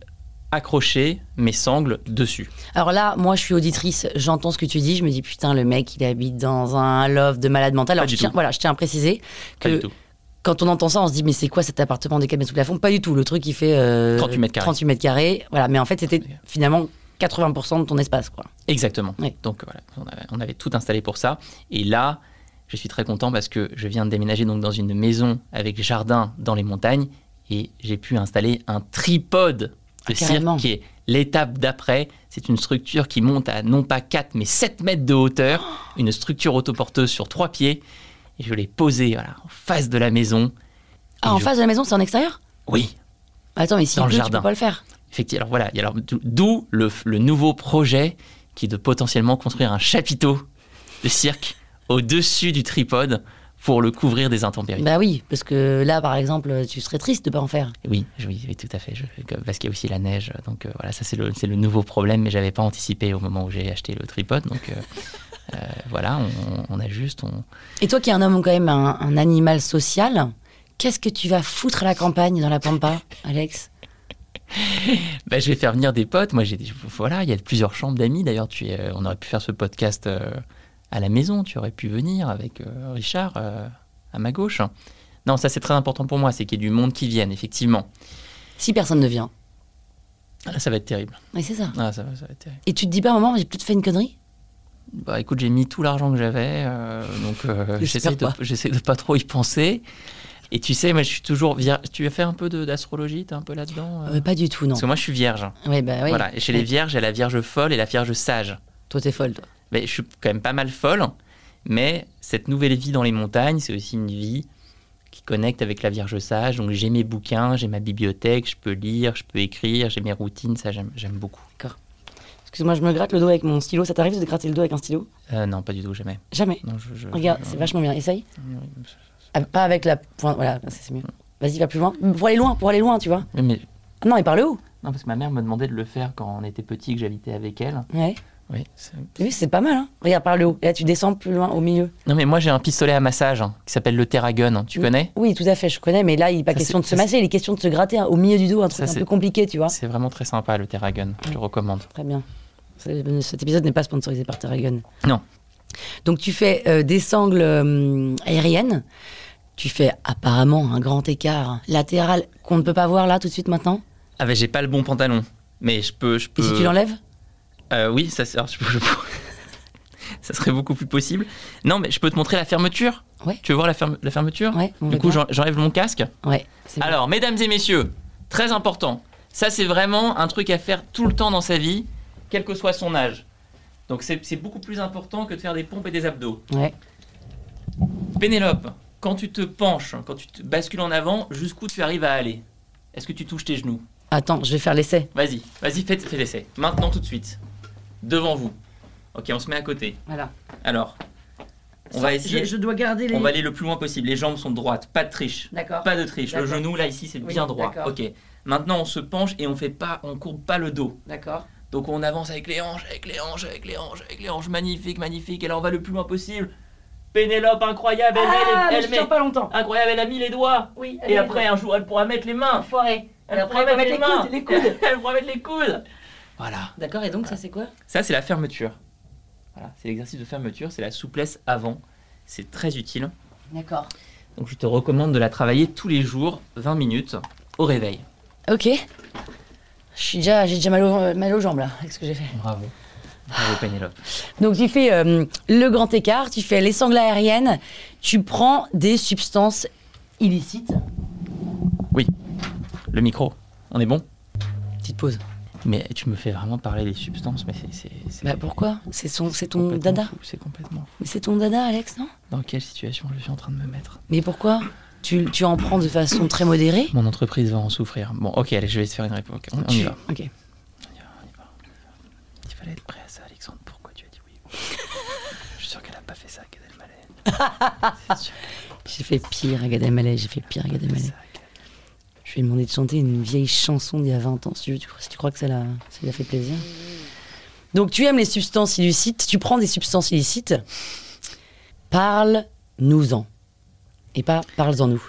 accrocher mes sangles dessus. Alors là, moi je suis auditrice, j'entends ce que tu dis, je me dis putain le mec il habite dans un loft de malade mental. Alors Pas du je tiens, tout. voilà, je tiens à préciser Pas du que tout. quand on entend ça, on se dit mais c'est quoi cet appartement de 4 mètres sous plafond Pas du tout. Le truc il fait euh, 38 mètres carrés. 38 mètres carrés. Voilà, mais en fait c'était mètres carrés. finalement 80% de ton espace quoi. Exactement. Oui. Donc voilà, on avait, on avait tout installé pour ça. Et là, je suis très content parce que je viens de déménager donc dans une maison avec jardin dans les montagnes et j'ai pu installer un tripode de Ah, cirque carrément. qui est l'étape d'après. C'est une structure qui monte à non pas 4 mais 7 mètres de hauteur, Oh. une structure autoporteuse sur trois pieds. Et je l'ai posée voilà, en face de la maison. Ah Et en je- face de la maison c'est en extérieur Oui, Attends mais si Dans le pleut, tu jardin. peux pas le faire. Effectivement, alors voilà, et alors, d'o- d'où le, f- le nouveau projet qui est de potentiellement construire un chapiteau de cirque au-dessus du tripode pour le couvrir des intempéries. Bah oui, parce que là, par exemple, tu serais triste de pas en faire. Oui, je- oui, oui, tout à fait, je- que- parce qu'il y a aussi la neige, donc euh, voilà, ça c'est le, c'est le nouveau problème, mais j'avais pas anticipé au moment où j'ai acheté le tripode, donc euh, euh, voilà, on, on ajuste, on... Et toi qui es un homme quand même, un, un animal social, qu'est-ce que tu vas foutre à la campagne dans la pampa, Alex Bah, je vais faire venir des potes, moi j'ai des- voilà, il y a plusieurs chambres d'amis, d'ailleurs tu es- euh, on aurait pu faire ce podcast euh, à la maison, tu aurais pu venir avec euh, Richard euh, à ma gauche. Non, ça c'est très important pour moi, c'est qu'il y ait du monde qui vienne, effectivement. Si personne ne vient. Ah, là, ça va être terrible. Oui, c'est ça. Ah, ça, va- ça va être terrible. Et tu te dis pas, maman, j'ai peut-être fait une connerie Bah écoute, j'ai mis tout l'argent que j'avais, euh, donc euh, J'espère j'essaie de, pas. j'essaie de pas trop y penser. Et tu sais, moi je suis toujours vierge. Tu as fait un peu de- d'astrologie, t'es un peu là-dedans euh Euh, Pas du tout, non. Parce que moi je suis vierge. Oui, bah oui. Voilà, et chez les vierges, il y a la vierge folle et la vierge sage. Toi, t'es folle, toi. Mais je suis quand même pas mal folle, mais cette nouvelle vie dans les montagnes, c'est aussi une vie qui connecte avec la Vierge Sage. Donc j'ai mes bouquins, j'ai ma bibliothèque, je peux lire, je peux écrire, j'ai mes routines, ça j'aime j'aime beaucoup. Excuse-moi, je me gratte le dos avec mon stylo. Ça t'arrive de te gratter le dos avec un stylo Euh, non, pas du tout, jamais. Jamais. Non, je, je- Regarde, je- c'est vachement bien. Essaye. Ah, pas avec la pointe. Voilà, ça, c'est mieux. Vas-y, va plus loin. Pour aller loin, pour aller loin, tu vois. Oui, mais... Ah Non, mais par le haut. Non, parce que ma mère me demandait de le faire quand on était petit, que j'habitais avec elle. Ouais. Oui, c'est- T'as vu, c'est pas mal, hein. Regarde, par le haut. Et là, tu descends plus loin, au milieu. non, mais moi j'ai un pistolet à massage hein, qui s'appelle le Terragon, hein. tu connais Oui, tout à fait, je connais, mais là, il n'est pas Ça, question c'est- de se ça, masser, il est question de se gratter hein, au milieu du dos, un Ça, truc un c'est- peu compliqué, tu vois. C'est vraiment très sympa le Terragon, je le recommande. Très bien. C'est- euh, Cet épisode n'est pas sponsorisé par Terragon. Non. Donc, tu fais euh, des sangles euh, aériennes, tu fais apparemment un grand écart latéral qu'on ne peut pas voir là tout de suite maintenant. Ah, ben j'ai pas le bon pantalon, mais je peux. Je Et peux... si tu l'enlèves Euh, oui, ça, c'est- alors, je peux- je peux- ça serait beaucoup plus possible. Non, mais je peux te montrer la fermeture Ouais. Tu veux voir la, ferme- la fermeture Ouais, on Du veut coup, bien. j'en- j'enlève mon casque. Ouais. c'est bon. Alors, mesdames et messieurs, très important. Ça, c'est vraiment un truc à faire tout le temps dans sa vie, quel que soit son âge. Donc, c'est c'est beaucoup plus important que de faire des pompes et des abdos. Ouais. Pénélope, quand tu te penches, quand tu te bascules en avant, jusqu'où tu arrives à aller Est-ce que tu touches tes genoux Attends, je vais faire l'essai. Vas-y, vas-y, fais, fais l'essai. Maintenant, tout de suite. Devant vous. Ok, on se met à côté. Voilà. Alors, on va essayer. Je, dois garder les. On va aller le plus loin possible. Les jambes sont droites, pas de triche. D'accord. Pas de triche. Le D'accord. genou là ici c'est Oui, bien droit. d'accord. Ok. Maintenant on se penche et on fait pas, on courbe pas le dos. D'accord. Donc on avance avec les hanches, avec les hanches, avec les hanches, avec les hanches. Magnifique, magnifique. Et là on va le plus loin possible. Pénélope incroyable, Ah, elle, met les- elle met- Ah, pas longtemps. incroyable, elle a mis les doigts. Oui. Et après un jour elle pourra mettre les mains. foiré. Elle pourra mettre les, mains. elle pourra mettre les coudes. Voilà. D'accord, et donc, ça, c'est quoi Ça, c'est la fermeture. Voilà, c'est l'exercice de fermeture, c'est la souplesse avant. C'est très utile. D'accord. Donc, je te recommande de la travailler tous les jours, 20 minutes, au réveil. Ok. Je suis déjà, j'ai déjà mal, au- mal aux jambes là, avec ce que j'ai fait. Bravo. Bravo, Pénélope. Donc tu fais euh, le grand écart, tu fais les sangles aériennes, tu prends des substances illicite. Le micro, on est bon Petite pause. Mais tu me fais vraiment parler des substances, mais c'est- c'est. c'est- Bah pourquoi C'est son- c'est c'est ton complètement dada. fou, C'est complètement fou. Mais c'est ton dada, Alex, non Dans quelle situation je suis en train de me mettre Mais pourquoi tu, tu en prends de façon très modérée Mon entreprise va en souffrir. Bon, ok, allez, je vais te faire une réponse. On, on y Tu- va. Ok. Il fallait être prêt à ça, Alexandre. Pourquoi tu as dit oui Je suis sûr qu'elle a pas fait ça, Gad Elmaleh. C'est sûr qu'elle J'ai fait pire à Gad Elmaleh, j'ai fait pire à Gad a pas fait Elmaleh. ça, Gad. Je lui ai demandé de chanter une vieille chanson d'il y a 20 ans, si tu, si tu crois que ça l'a- ça lui a fait plaisir. Donc tu aimes les substances illicites, tu prends des substances illicites, parle-nous-en. Et pas parle-en nous,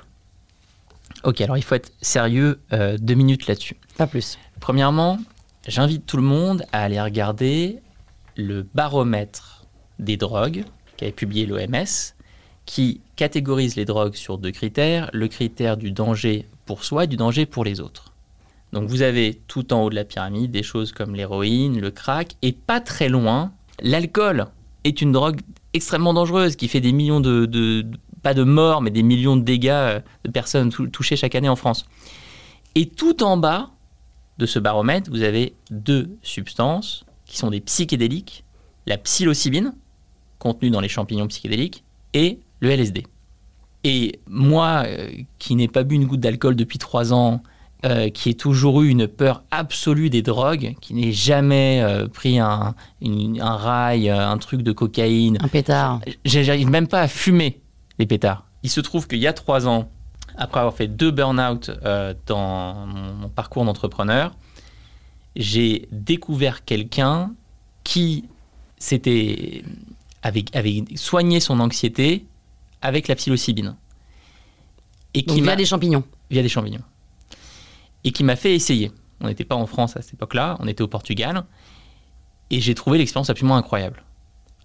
Ok, alors il faut être sérieux euh, deux minutes là-dessus. pas plus. Premièrement, j'invite tout le monde à aller regarder le baromètre des drogues qu'avait publié l'OMS, qui catégorise les drogues sur deux critères, le critère du danger pour soi et du danger pour les autres. Donc vous avez tout en haut de la pyramide des choses comme l'héroïne, le crack, et pas très loin, l'alcool est une drogue extrêmement dangereuse qui fait des millions de, de- de- pas de morts, mais des millions de dégâts euh, de personnes tou- touchées chaque année en France. Et tout en bas, de ce baromètre, vous avez deux substances qui sont des psychédéliques, la psilocybine, contenue dans les champignons psychédéliques, et le LSD. Et moi, euh, qui n'ai pas bu une goutte d'alcool depuis trois ans, euh, qui ai toujours eu une peur absolue des drogues, qui n'ai jamais euh, pris un, une- un rail, euh, un truc de cocaïne, Un pétard. j'ai- J'arrive même pas à fumer les pétards. Il se trouve qu'il y a trois ans, après avoir fait deux burn-out euh, dans mon, mon parcours d'entrepreneur, j'ai découvert quelqu'un qui s'était avait, avait soigné son anxiété avec la psilocybine. Et Donc m'a- via des champignons. via des champignons. Et qui m'a fait essayer. On n'était pas en France à cette époque-là, on était au Portugal. Et j'ai trouvé l'expérience absolument incroyable.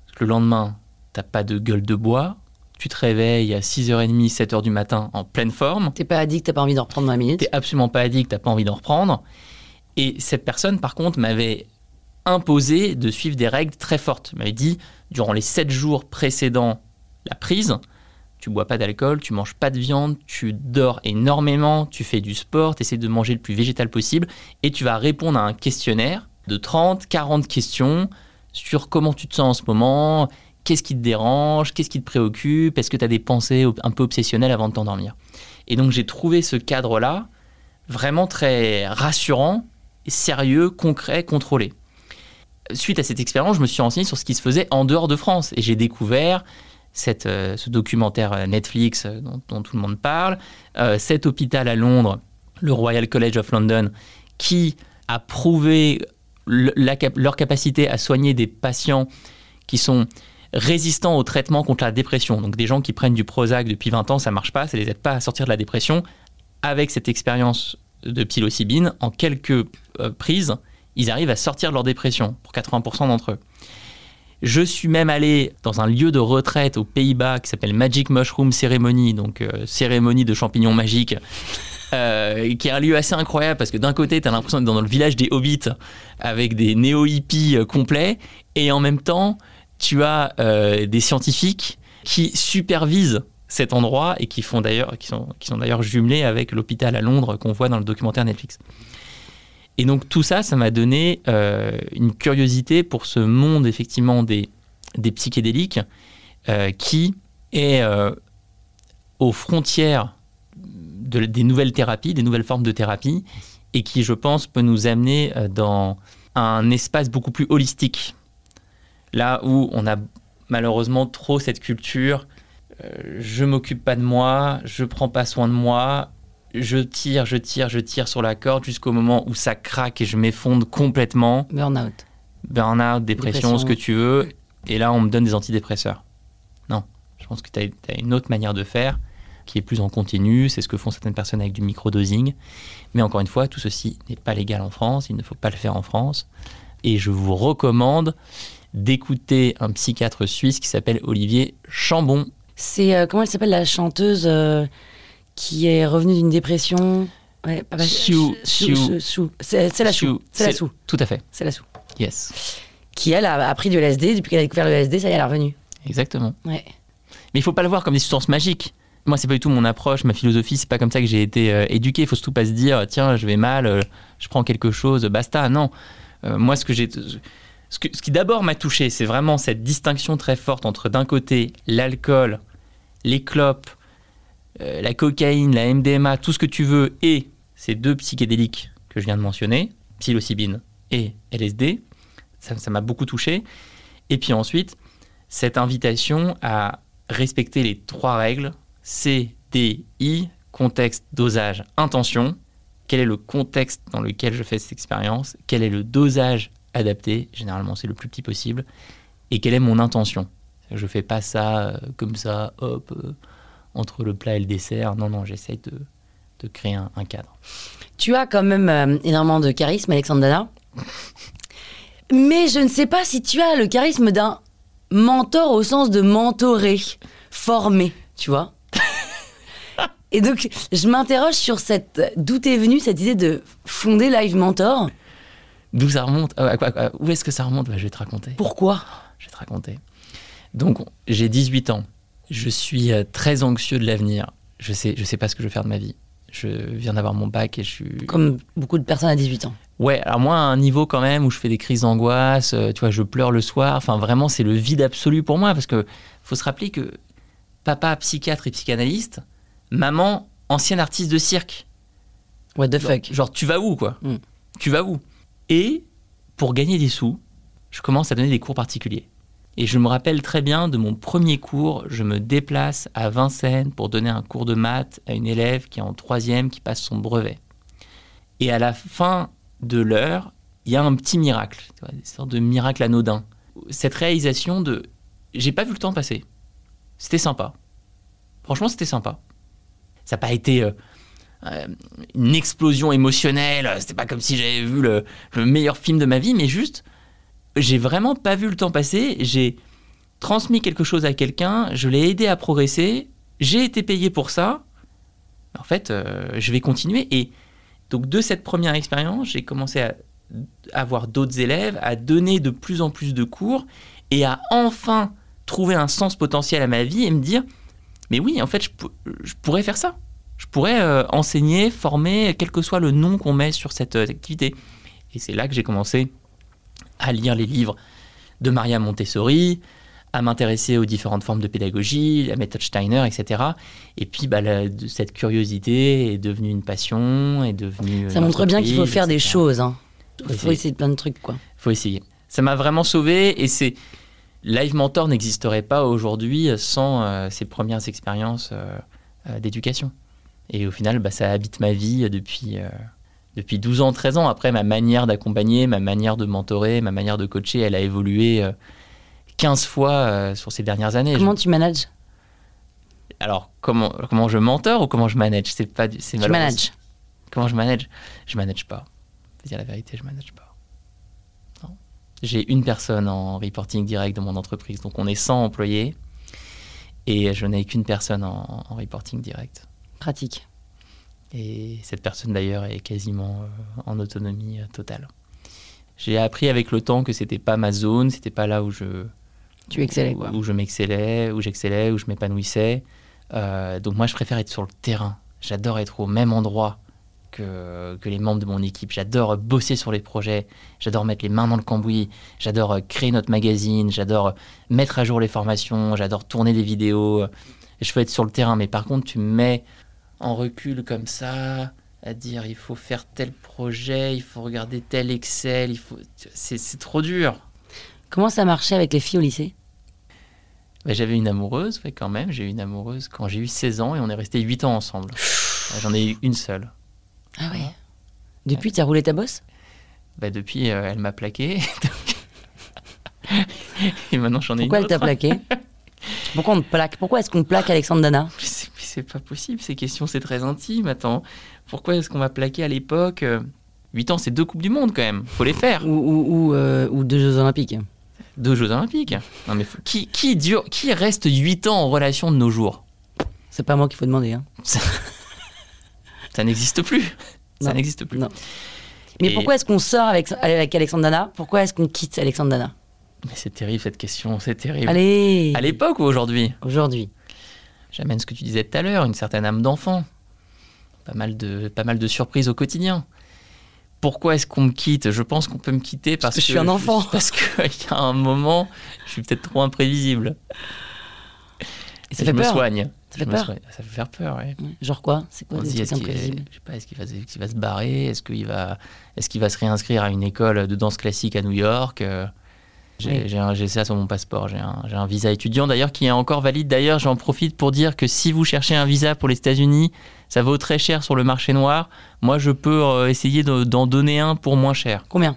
Parce que le lendemain, t'as pas de gueule de bois, tu te réveilles à 6h30, 7h du matin en pleine forme, T'es pas addict, t'as pas envie d'en reprendre dans la minute. t'es absolument pas addict, t'as pas envie d'en reprendre. Et cette personne, par contre, m'avait imposé de suivre des règles très fortes. Elle m'avait dit, durant les 7 jours précédant la prise, tu bois pas d'alcool, tu manges pas de viande, tu dors énormément, tu fais du sport, tu essaies de manger le plus végétal possible, et tu vas répondre à un questionnaire de 30, 40 questions sur comment tu te sens en ce moment, qu'est-ce qui te dérange, qu'est-ce qui te préoccupe, est-ce que tu as des pensées ob- un peu obsessionnelles avant de t'endormir. Et donc j'ai trouvé ce cadre-là vraiment très rassurant, sérieux, concret, contrôlé. Suite à cette expérience, je me suis renseigné sur ce qui se faisait en dehors de France et j'ai découvert cette, euh, ce documentaire euh, Netflix euh, dont, dont tout le monde parle, euh, cet hôpital à Londres, le Royal College of London, qui a prouvé le- la cap- leur capacité à soigner des patients qui sont résistants au traitement contre la dépression. Donc des gens qui prennent du Prozac depuis 20 ans, ça marche pas, ça les aide pas à sortir de la dépression. Avec cette expérience de psilocybine, en quelques euh, prises, ils arrivent à sortir de leur dépression pour 80% d'entre eux. Je suis même allé dans un lieu de retraite aux Pays-Bas qui s'appelle Magic Mushroom Ceremony, donc euh, cérémonie de champignons magiques, euh, qui est un lieu assez incroyable parce que d'un côté, tu as l'impression d'être dans le village des hobbits avec des néo-hippies euh, complets, et en même temps, tu as euh, des scientifiques qui supervisent cet endroit et qui font d'ailleurs qui sont, qui sont d'ailleurs jumelés avec l'hôpital à Londres qu'on voit dans le documentaire Netflix. Et donc tout ça, ça m'a donné euh, une curiosité pour ce monde effectivement des, des psychédéliques euh, qui est euh, aux frontières de- des nouvelles thérapies, des nouvelles formes de thérapie, et qui, je pense, peut nous amener euh, dans un espace beaucoup plus holistique. Là où on a malheureusement trop cette culture, euh, je m'occupe pas de moi, je prends pas soin de moi, je tire, je tire, je tire sur la corde jusqu'au moment où ça craque et je m'effondre complètement. Burnout. Burnout, dépression, Dépression. ce que tu veux, et là on me donne des antidépresseurs. Non, je pense que tu as, une autre manière de faire qui est plus en continu, c'est ce que font certaines personnes avec du microdosing. Mais encore une fois, tout ceci n'est pas légal en France, il ne faut pas le faire en France. Et je vous recommande d'écouter un psychiatre suisse qui s'appelle Olivier Chambon. C'est euh, comment elle s'appelle la chanteuse euh, qui est revenue d'une dépression ouais, pas- pas- Sue, Sue, Sue. Sue, Sue. C'est c'est la chou. Sue, C'est la chou. Tout à fait, C'est la chou. yes, Qui elle a appris du LSD depuis qu'elle a découvert le LSD, ça y est, elle est revenue. exactement. Ouais. Mais il faut pas le voir comme des substances magiques. moi, c'est pas du tout mon approche, ma philosophie, c'est pas comme ça que j'ai été euh, éduqué. Faut surtout pas se dire, tiens, je vais mal, euh, je prends quelque chose, basta. Non. Euh, moi, ce que j'ai. Ce, que- ce qui d'abord m'a touché, c'est vraiment cette distinction très forte entre d'un côté l'alcool, les clopes, euh, la cocaïne, la MDMA, tout ce que tu veux, et ces deux psychédéliques que je viens de mentionner, psilocybine et LSD, ça ça m'a beaucoup touché. Et puis ensuite, cette invitation à respecter les trois règles C, D, I, contexte, dosage, intention. Quel est le contexte dans lequel je fais cette expérience Quel est le dosage adapté Généralement, c'est le plus petit possible. Et quelle est mon intention Je fais pas ça euh, comme ça, hop, euh, entre le plat et le dessert. Non, non, j'essaye de, de créer un, un cadre. Tu as quand même euh, énormément de charisme, Alexandre Dana. Mais je ne sais pas si tu as le charisme d'un mentor au sens de mentoré, formé, tu vois. Et donc, je m'interroge sur cette. D'où est venue cette idée de fonder Live Mentor D'où ça remonte Ah, à quoi- à- Où est-ce que ça remonte Bah, Je vais te raconter. Pourquoi Je vais te raconter. Donc, j'ai 18 ans. Je suis euh, très anxieux de l'avenir. Je sais, je sais pas ce que je vais faire de ma vie. Je viens d'avoir mon bac et je suis. Comme beaucoup de personnes à 18 ans. Ouais, alors moi, à un niveau quand même où je fais des crises d'angoisse, euh, tu vois, je pleure le soir. Enfin, vraiment, c'est le vide absolu pour moi parce que faut se rappeler que papa, psychiatre et psychanalyste, maman, ancienne artiste de cirque. What the Genre, fuck genre, tu vas où, quoi Mm. Tu vas où Et pour gagner des sous, je commence à donner des cours particuliers. Et je me rappelle très bien de mon premier cours, je me déplace à Vincennes pour donner un cours de maths à une élève qui est en troisième, qui passe son brevet. Et à la fin de l'heure, il y a un petit miracle, tu vois, une sorte de miracle anodin. Cette réalisation de j'ai pas vu le temps passer. C'était sympa. Franchement, c'était sympa. Ça n'a pas été euh, euh, une explosion émotionnelle. C'était pas comme si j'avais vu le, le meilleur film de ma vie, mais juste, j'ai vraiment pas vu le temps passer. J'ai transmis quelque chose à quelqu'un, je l'ai aidé à progresser, j'ai été payé pour ça. En fait, euh, je vais continuer. Et donc, de cette première expérience, j'ai commencé à avoir d'autres élèves, à donner de plus en plus de cours et à enfin trouver un sens potentiel à ma vie et me dire mais oui, en fait, je, pou- je pourrais faire ça. Je pourrais euh, enseigner, former, quel que soit le nom qu'on met sur cette euh, activité. Et c'est là que j'ai commencé à lire les livres de Maria Montessori, à m'intéresser aux différentes formes de pédagogie, la méthode Steiner, etc. Et puis, bah, la- de- cette curiosité est devenue une passion, est devenue... Ça montre bien qu'il faut faire des choses choses. hein. Oui, Il faut c'est- essayer plein de trucs, quoi. faut essayer. Ça m'a vraiment sauvé et c'est Live Mentor n'existerait pas aujourd'hui sans euh, ces premières expériences euh, euh, d'éducation. Et au final, bah, ça habite ma vie depuis, euh, depuis 12 ans, 13 ans. Après, ma manière d'accompagner, ma manière de mentorer, ma manière de coacher, elle a évolué euh, 15 fois euh, sur ces dernières années. Comment tu manages Je- Alors, comment, comment je mentor ou comment je manage C'est pas du- c'est Tu malheureux. manages. Comment je manage Je manage pas. Je vais dire la vérité, je manage pas. Non. J'ai une personne en reporting direct de mon entreprise, donc on est 100 employés et je n'ai qu'une personne en, en reporting direct. Pratique. Et cette personne d'ailleurs est quasiment euh, en autonomie euh, totale. J'ai appris avec le temps que c'était pas ma zone, c'était pas là où je Tu excellais, où- quoi. Où je m'excellais, où j'excellais, où je m'épanouissais. Euh, donc moi, je préfère être sur le terrain. J'adore être au même endroit que, que les membres de mon équipe. J'adore bosser sur les projets. J'adore mettre les mains dans le cambouis. J'adore euh, créer notre magazine. J'adore euh, mettre à jour les formations. J'adore tourner des vidéos. Je veux être sur le terrain. Mais par contre, tu me mets en recul comme ça à dire il faut faire tel projet, il faut regarder tel Excel. Il faut... c'est, c'est trop dur. Comment ça marchait avec les filles au lycée Bah, j'avais une amoureuse, ouais, quand même. J'ai eu une amoureuse quand j'ai eu 16 ans et on est resté 8 ans ensemble. Ouais, J'en ai eu une seule. Ah ouais. Depuis, t'as roulé ta bosse Bah, depuis, euh, elle m'a plaqué. donc- et maintenant, j'en ai Pourquoi une elle t'a autre. plaqué Pourquoi on te plaque Pourquoi est-ce qu'on plaque Alexandre Dana Mais C'est mais c'est pas possible, ces questions, c'est très intime. Attends, pourquoi est-ce qu'on m'a plaqué à l'époque 8 ans, c'est deux Coupes du Monde quand même. Faut les faire. ou, ou, ou, euh, ou deux Jeux Olympiques Deux Jeux Olympiques. Non, mais faut- qui, qui, dure, qui reste 8 ans en relation de nos jours C'est pas moi qu'il faut demander. hein. Ça n'existe plus. Ça Non. n'existe plus. Non. Mais Et- pourquoi est-ce qu'on sort avec, avec Alexandre Dana Pourquoi est-ce qu'on quitte Alexandre Dana Mais c'est terrible cette question, c'est terrible. Allez À l'époque ou aujourd'hui Aujourd'hui. J'amène ce que tu disais tout à l'heure, une certaine âme d'enfant. Pas mal de, pas mal de surprises au quotidien. Pourquoi est-ce qu'on me quitte Je pense qu'on peut me quitter parce, que je suis un enfant. Parce qu'il y a un moment, je suis peut-être trop imprévisible. Et ça Et fait je me peur. soigne. Ça Je fait me peur. soigne. Ça fait faire peur, ouais. euh. Ouais. Genre quoi C'est quoi On des se dit, trucs est-ce qu'il imprévisibles je sais pas, est-ce qu'il va, se- est-ce qu'il va se barrer Est-ce qu'il va, est-ce qu'il va se réinscrire à une école de danse classique à New York Euh, J'ai Oui. j'ai un- j'ai ça sur mon passeport. J'ai un, j'ai un visa étudiant d'ailleurs qui est encore valide. D'ailleurs, j'en profite pour dire que si vous cherchez un visa pour les États-Unis, ça vaut très cher sur le marché noir. Moi, je peux euh, essayer de- d'en donner un pour moins cher. Combien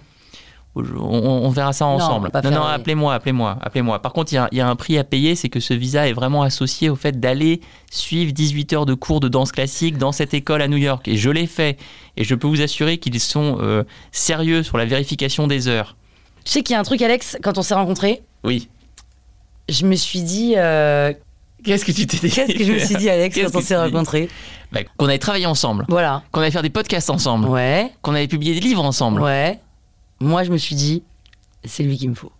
On, on- on verra ça Non, ensemble. on va pas non, faire non, les- appelez-moi, appelez-moi, appelez-moi. Par contre, il y a- il y, a un prix à payer, c'est que ce visa est vraiment associé au fait d'aller suivre 18 heures de cours de danse classique dans cette école à New York. Et je l'ai fait. Et je peux vous assurer qu'ils sont euh, sérieux sur la vérification des heures. Je sais qu'il y a un truc, Alex, quand on s'est rencontrés, Oui. je me suis dit. euh, Qu'est-ce que tu t'es dit Qu'est-ce que je me suis dit, Alex, Qu'est-ce quand on que s'est tu dis rencontrés Bah, Qu'on allait travailler ensemble, Voilà. qu'on allait faire des podcasts ensemble, Ouais, qu'on allait publier des livres ensemble. ouais. Moi, je me suis dit, c'est lui qu'il me faut.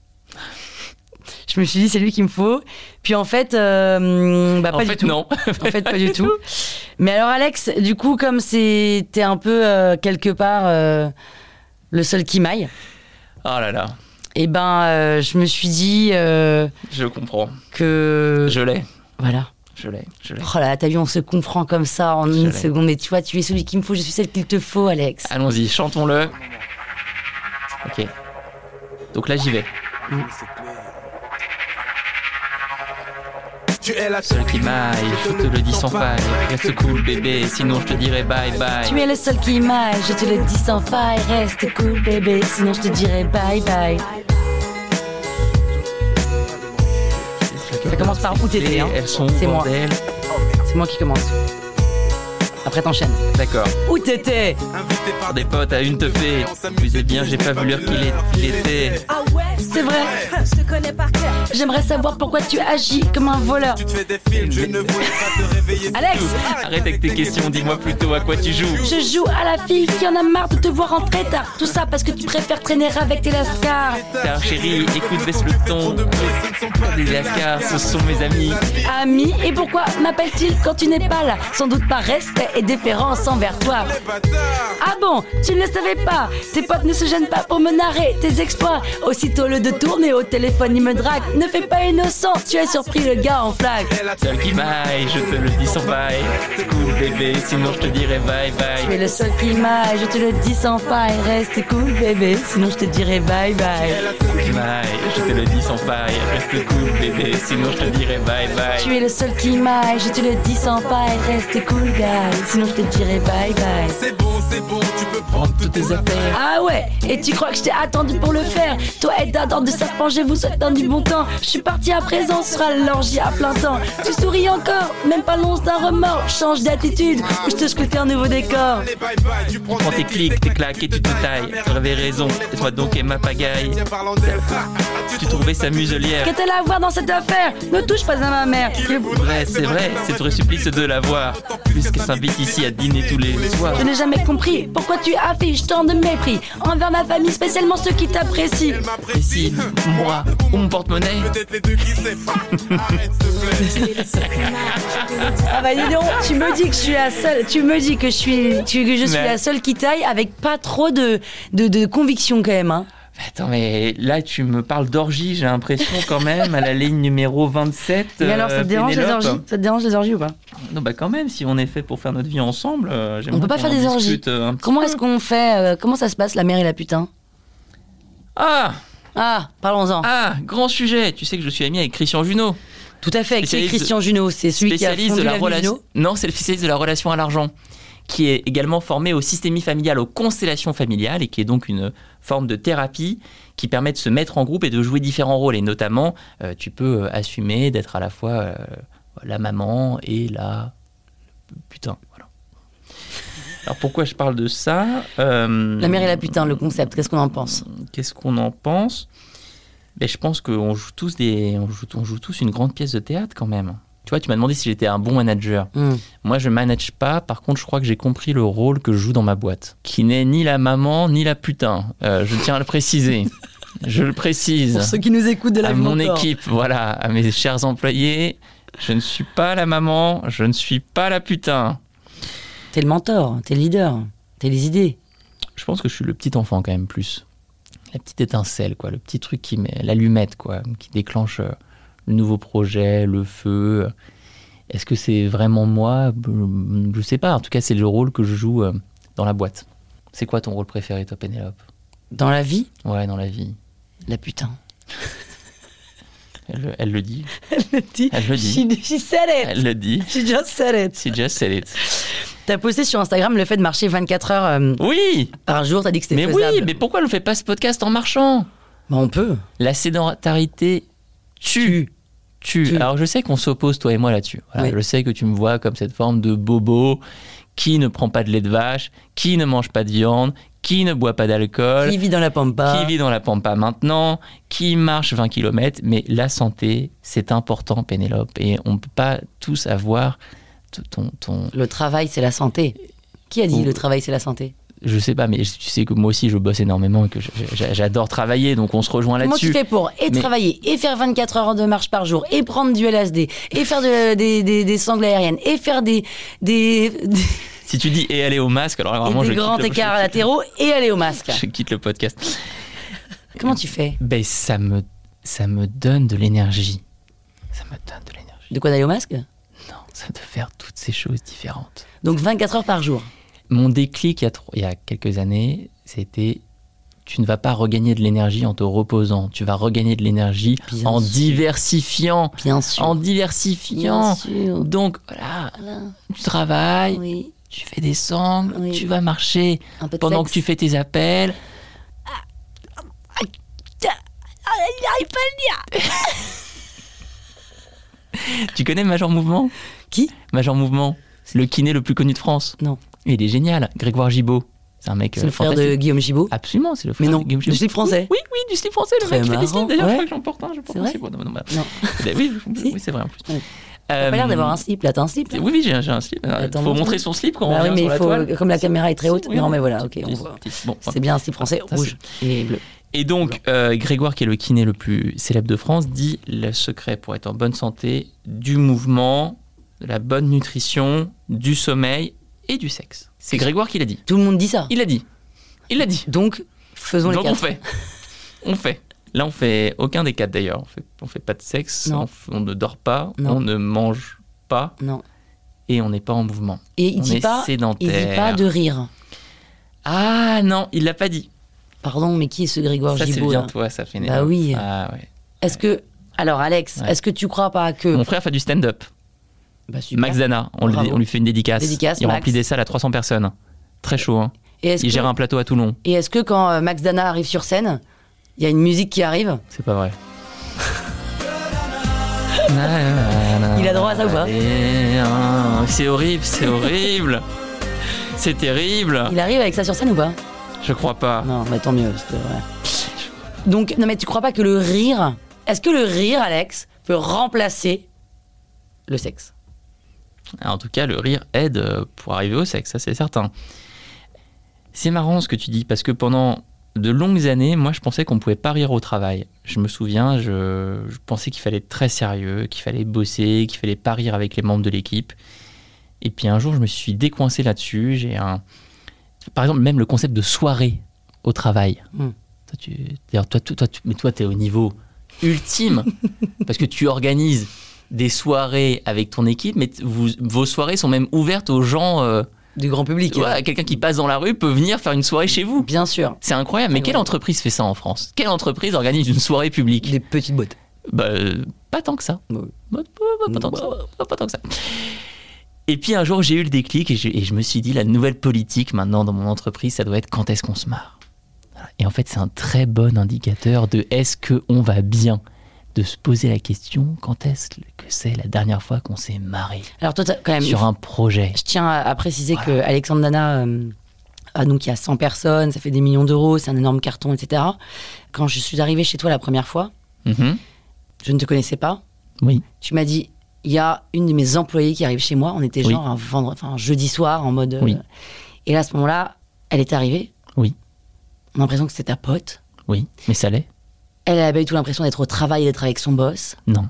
Je me suis dit, c'est lui qu'il me faut. Puis en fait, euh, bah, En pas du fait, tout. non. En fait, pas du tout. Mais alors, Alex, du coup, comme c'était un peu euh, quelque part euh, le seul qui maille, Oh là là, eh ben, euh, je me suis dit euh, je comprends. que. Je l'ai, Voilà. je l'ai, je l'ai. Oh là là, t'as vu, on se comprend comme ça en Je une l'ai. seconde. Mais tu vois, tu es celui qu'il me faut, je suis celle qu'il te faut, Alex. Allons-y, chantons-le. Ok. Donc là, j'y vais. Tu es la Seul qui maille, je te le dis sans faille. Reste cool, bébé, sinon je te dirai bye bye. Tu es le seul qui m'aille, je te le dis sans faille. Reste cool, bébé, sinon je te dirai bye bye. Ça commence par où t'étais, hein Elles sont C'est au moi. bordel. C'est moi qui commence. Après, t'enchaînes. D'accord. Où t'étais invité par Des potes à une teufée. Tu sais bien, j'ai pas vu l'heure qu'il est- qu'il était. Ah ouais, C'est vrai, je te connais par cœur. j'aimerais savoir pourquoi tu agis comme un voleur. Tu te fais des films, je ne voulais pas te réveiller. Alex Arrête avec tes questions, dis-moi plutôt à quoi tu joues. Je joue à la fille qui en a marre de te voir en tard. Tout ça parce que tu préfères traîner avec tes lascars. Car chérie, écoute, baisse le ton. Les lascars, ce sont mes amis. Ami, et pourquoi m'appelle-t-il quand tu n'es pas là Sans doute par respect et déférence envers toi. Ah bon, tu ne le savais pas Tes potes ne se gênent pas pour me narrer tes exploits. Aussitôt le deux tourne et au téléphone il me drague. Ne fais pas innocent, tu as surpris le gars en flag. Seul qui maille, je te le dis sans faille. Reste Cool, bébé, sinon je te dirai bye Tu es bye. le seul qui m'aille, je te le dis sans faille. Reste cool bébé, sinon je te dirai bye bye. Seul qui maille, je te le dis sans faille. Reste cool, bébé, sinon je te dirai bye bye. Tu es le seul qui m'aille, je te le dis sans faille. Reste cool guy, sinon je te dirai bye bye. C'est bon, c'est bon, tu peux prendre toutes tes affaires. Ah ouais, et tu crois que je t'ai attendu pour le faire Toi et Dadan de serpent, je vous souhaite un du bon temps. Je suis parti à présent, ce sera l'orgie à plein temps. Tu souris encore, même pas l'once d'un remords. Change d'attitude, ou je te scoute un nouveau décor. Allez, bye bye, tu prends, Prends tes clics, tes claques et tu te tailles. Tu avais raison, et toi donc et ma pagaille. Tiens, parlant d'elle, ah, ah, Tu trouvais sa muselière. Qu'est-elle à voir dans cette affaire Ne touche pas à ma mère. qu'il Je voudrait, Vrai, c'est vrai, c'est vrai supplice de la voir. Puisqu'elle s'invite ici à dîner tous les soirs. n'ai jamais compris pourquoi tu affiches tant de mépris envers ma famille, spécialement ceux qui t'apprécient. Elle Et si, m'apprécie, moi, ou mon porte-monnaie peut-être les deux qui s'effondrent. Arrête, s'il te plaît. Tu es le seul qui m'aille, je te le dis. Ah bah dis donc, tu me dis que je suis la seule, tu me dis que je suis, tu- que je suis Mais- la seule qui taille avec pas trop de, de, de conviction quand même. Hein. Mais Attends, mais là, tu me parles d'orgie, j'ai l'impression quand même, à la ligne numéro 27. Et alors, ça euh, te dérange les Pénélope. orgies Ça te dérange les orgies ou pas Non, bah quand même, si on est fait pour faire notre vie ensemble, euh, j'aimerais On peut pas qu'on faire en des orgies. discute, euh, un petit Comment peu. est-ce qu'on fait euh, Comment ça se passe la mère et la putain Ah Ah, parlons-en. Ah Grand sujet Tu sais que je suis ami avec Christian Junot, Tout à fait. Qui est spécialiste- Christian Junot C'est celui qui a spécialiste fondu de la, la, relation. Non, c'est le spécialiste de la relation à l'argent, qui est également formé au systémie familial, aux constellations familiales, et qui est donc une forme de thérapie qui permet de se mettre en groupe et de jouer différents rôles. Et notamment, euh, tu peux euh, assumer d'être à la fois euh, la maman et la. Putain, voilà. Alors pourquoi je parle de ça Euh, La mère et la putain, le concept. Qu'est-ce qu'on en pense Qu'est-ce qu'on en pense ben, Je pense qu'on joue tous des, on joue, on joue tous une grande pièce de théâtre quand même. Tu vois, tu m'as demandé si j'étais un bon manager. Hmm. Moi, je manage pas. Par contre, je crois que j'ai compris le rôle que je joue dans ma boîte, qui n'est ni la maman ni la putain. Euh, je tiens à le préciser. je le précise qui nous écoutent de à mon Mentor. équipe, voilà, à mes chers employés. Je ne suis pas la maman, je ne suis pas la putain. T'es le mentor, t'es le leader, t'es les idées. Je pense que je suis le petit enfant quand même plus. La petite étincelle, quoi. Le petit truc qui met l'allumette, quoi, qui déclenche euh, le nouveau projet, le feu. Est-ce que c'est vraiment moi Hum, Je sais pas. En tout cas, c'est le rôle que je joue euh, dans la boîte. C'est quoi ton rôle préféré, toi, Pénélope Dans la vie, Ouais, dans la vie. la putain. Elle, elle le dit. Elle Elle le dit. She, she said it. Elle le dit. She just said it. She just said it. T'as posté sur Instagram le fait de marcher 24 heures euh, Oui par jour, t'as dit que c'était Mais faisable. oui, mais pourquoi on ne fait pas ce podcast en marchant Bah, on peut. La sédentarité tue. Tue. Tue. Alors je sais qu'on s'oppose, toi et moi, là-dessus. Voilà, Oui. Je sais que tu me vois comme cette forme de bobo qui ne prend pas de lait de vache, qui ne mange pas de viande, qui ne boit pas d'alcool, Qui vit dans la pampa qui vit dans la pampa maintenant, qui marche 20 km. Mais la santé, c'est important, Pénélope. Et on ne peut pas tous avoir t- ton, ton... Le travail, c'est la santé. Qui a dit Ouh. le travail, c'est la santé Je sais pas, mais tu sais que moi aussi, je bosse énormément et que j- j- j'adore travailler. Donc on se rejoint Comment tu là-dessus. fais pour et Mais- travailler, et faire 24 heures de marche par jour, et prendre du LSD, et faire de- des, des, des sangles aériennes, et faire des, des, des- Si tu dis et aller au masque, alors et vraiment, des je quitte grands le- je écarts quitte- latéraux, et aller au masque Je quitte le podcast. Comment tu fais Ben, ça me, ça me donne de l'énergie. Ça me donne de l'énergie. De quoi d'aller au masque Non, ça de faire toutes ces choses différentes. Donc 24 heures par jour. Mon déclic il y a, tro- il y a quelques années, c'était tu ne vas pas regagner de l'énergie en te reposant. Tu vas regagner de l'énergie Bien en sûr. diversifiant. Bien sûr. En Bien diversifiant. sûr. Donc, voilà, Voilà. tu travailles, Oui. tu fais des sangles, Oui. tu vas marcher Un peu de pendant sexe. que tu fais tes appels. Ah, il n'arrive pas à le dire Tu connais Major Mouvement Qui Major Mouvement, le kiné le plus connu de France. Non. Il est génial, Grégoire Gibault. C'est un mec C'est le euh, frère de fantastique. Guillaume Gibaud. Absolument, c'est le frère Mais non, de Guillaume du slip français. Oui, oui, du slip français, le Très mec qui fait des marrant, slips. D'ailleurs, ouais. je crois que j'en porte un. Je porte un vrai slip. Non, non, bah, Non. oui, je- Si. oui, c'est vrai en plus. Ouais. Euh, T'as pas l'air d'avoir un slip là, t'as un slip là Oui, oui, j'ai un, j'ai un slip. Il Attends, faut montre-moi. montrer son slip quand Bah on oui, revient mais sur il la faut, toile. comme la caméra est très Si, haute. oui, non, oui. mais voilà, ok, Petit- on voit. petit- bon, C'est bien un slip français Ça, rouge et bleu. Et donc, euh, Grégoire, qui est le kiné le plus célèbre de France, dit le secret pour être en bonne santé du mouvement, de la bonne nutrition, du sommeil et du sexe. C'est Grégoire qui l'a dit. Tout le monde dit ça. Il l'a dit. Il l'a dit. Donc, faisons donc les on quatre. fait. On fait. Là, on fait aucun des quatre d'ailleurs. On fait, on fait pas de sexe, Non. on, f- on ne dort pas, Non. on ne mange pas Non. et on n'est pas en mouvement. Et il on dit est pas, il sédentaire. dit pas de rire. Ah non, il l'a pas dit. Pardon, mais qui est ce Grégoire ça, c'est Gibaud bien là toi, ça fait Bah oui. Ah, ouais. Est-ce que alors Alex, Ouais. est-ce que tu crois pas que Mon frère fait du stand-up. Bah, super. Max Dana, on, lui- Bravo. on lui fait une dédicace. Dédicace, il Max. remplit des salles à 300 personnes. Très chaud, hein. et est-ce Il que, gère un plateau à Toulon. et est-ce que quand euh, Max Dana arrive sur scène, il y a une musique qui arrive C'est pas vrai. Il a droit à ça ou pas C'est horrible, c'est horrible. C'est terrible. Il arrive avec ça sur scène ou pas Je crois pas. Non, mais tant mieux, c'était vrai. Donc non mais tu crois pas que le rire, est-ce que le rire Alex peut remplacer le sexe En tout cas, le rire aide euh, pour arriver au sexe, ça c'est certain. C'est marrant ce que tu dis, parce que pendant de longues années, moi je pensais qu'on pouvait pas rire au travail. Je me souviens, je, je pensais qu'il fallait être très sérieux, qu'il fallait bosser, qu'il fallait pas rire avec les membres de l'équipe. Et puis un jour, je me suis décoincé là-dessus. J'ai un. Par exemple, même le concept de soirée au travail. Hmm. Toi, tu... D'ailleurs, toi, toi, toi, tu- Mais toi, tu es au niveau ultime, parce que tu organises des soirées avec ton équipe, mais t- vous- vos soirées sont même ouvertes aux gens. euh, du grand public voilà, Quelqu'un qui passe dans la rue peut venir faire une soirée chez vous. Bien sûr, C'est incroyable, mais Ah quelle ouais. entreprise fait ça en France Quelle entreprise organise une soirée publique des petites bottes. Bah, euh, Pas tant que ça. Ouais. Bah, bah, pas tant que ça. Bah, pas tant que ça. Et puis un jour, j'ai eu le déclic et je, et je me suis dit, la nouvelle politique maintenant dans mon entreprise, ça doit être quand est-ce qu'on se marre. Voilà. Et en fait, c'est un très bon indicateur de est-ce qu'on va bien de se poser la question quand est-ce que c'est la dernière fois qu'on s'est marré Alors toi t'as quand même sur un projet. Je tiens à, à préciser que Alexandre Dana, euh, a donc il y a 100 personnes, ça fait des millions d'euros, c'est un énorme carton, etc. Quand je suis arrivée chez toi la première fois, Mhm. je ne te connaissais pas. Oui. Tu m'as dit, il y a une de mes employées qui arrive chez moi. On était Oui. genre un, vendre- enfin, un jeudi soir en mode. euh, Oui. et là, à ce moment-là, elle est arrivée. Oui. On a l'impression que c'était ta pote. Oui, mais ça l'est Elle avait tout l'impression d'être au travail, d'être avec son boss. Non.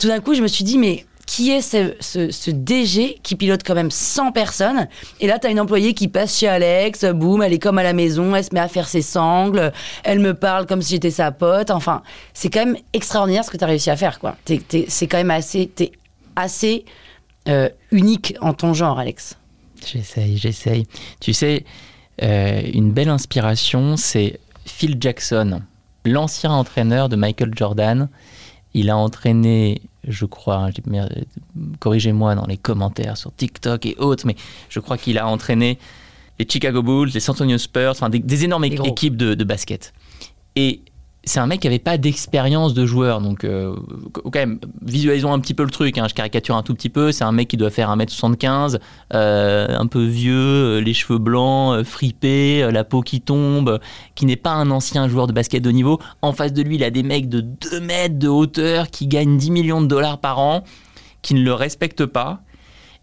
Tout d'un coup, je me suis dit, mais qui est ce, ce- ce DG qui pilote quand même 100 personnes. Et là, t'as une employée qui passe chez Alex, boum, elle est comme à la maison, elle se met à faire ses sangles, elle me parle comme si j'étais sa pote. Enfin, c'est quand même extraordinaire ce que t'as réussi à faire, quoi. T'es- t'es- c'est quand même assez, t'es assez euh, unique en ton genre, Alex. J'essaye, j'essaye. Tu sais, euh, une belle inspiration, c'est Phil Jackson, l'ancien entraîneur de Michael Jordan. Il a entraîné, je crois, hein, j'ai- merde, euh, corrigez-moi dans les commentaires sur TikTok et autres, mais je crois qu'il a entraîné les Chicago Bulls, les San Antonio Spurs, enfin des, des énormes Des gros. équipes de, de basket. Et c'est un mec qui n'avait pas d'expérience de joueur, donc euh, quand même, visualisons un petit peu le truc, hein, je caricature un tout petit peu, c'est un mec qui doit faire 1m75, euh, un peu vieux, euh, les cheveux blancs, euh, fripés, euh, la peau qui tombe, euh, qui n'est pas un ancien joueur de basket de haut niveau. En face de lui, il a des mecs de 2 mètres de hauteur qui gagnent 10 millions de dollars par an, qui ne le respectent pas.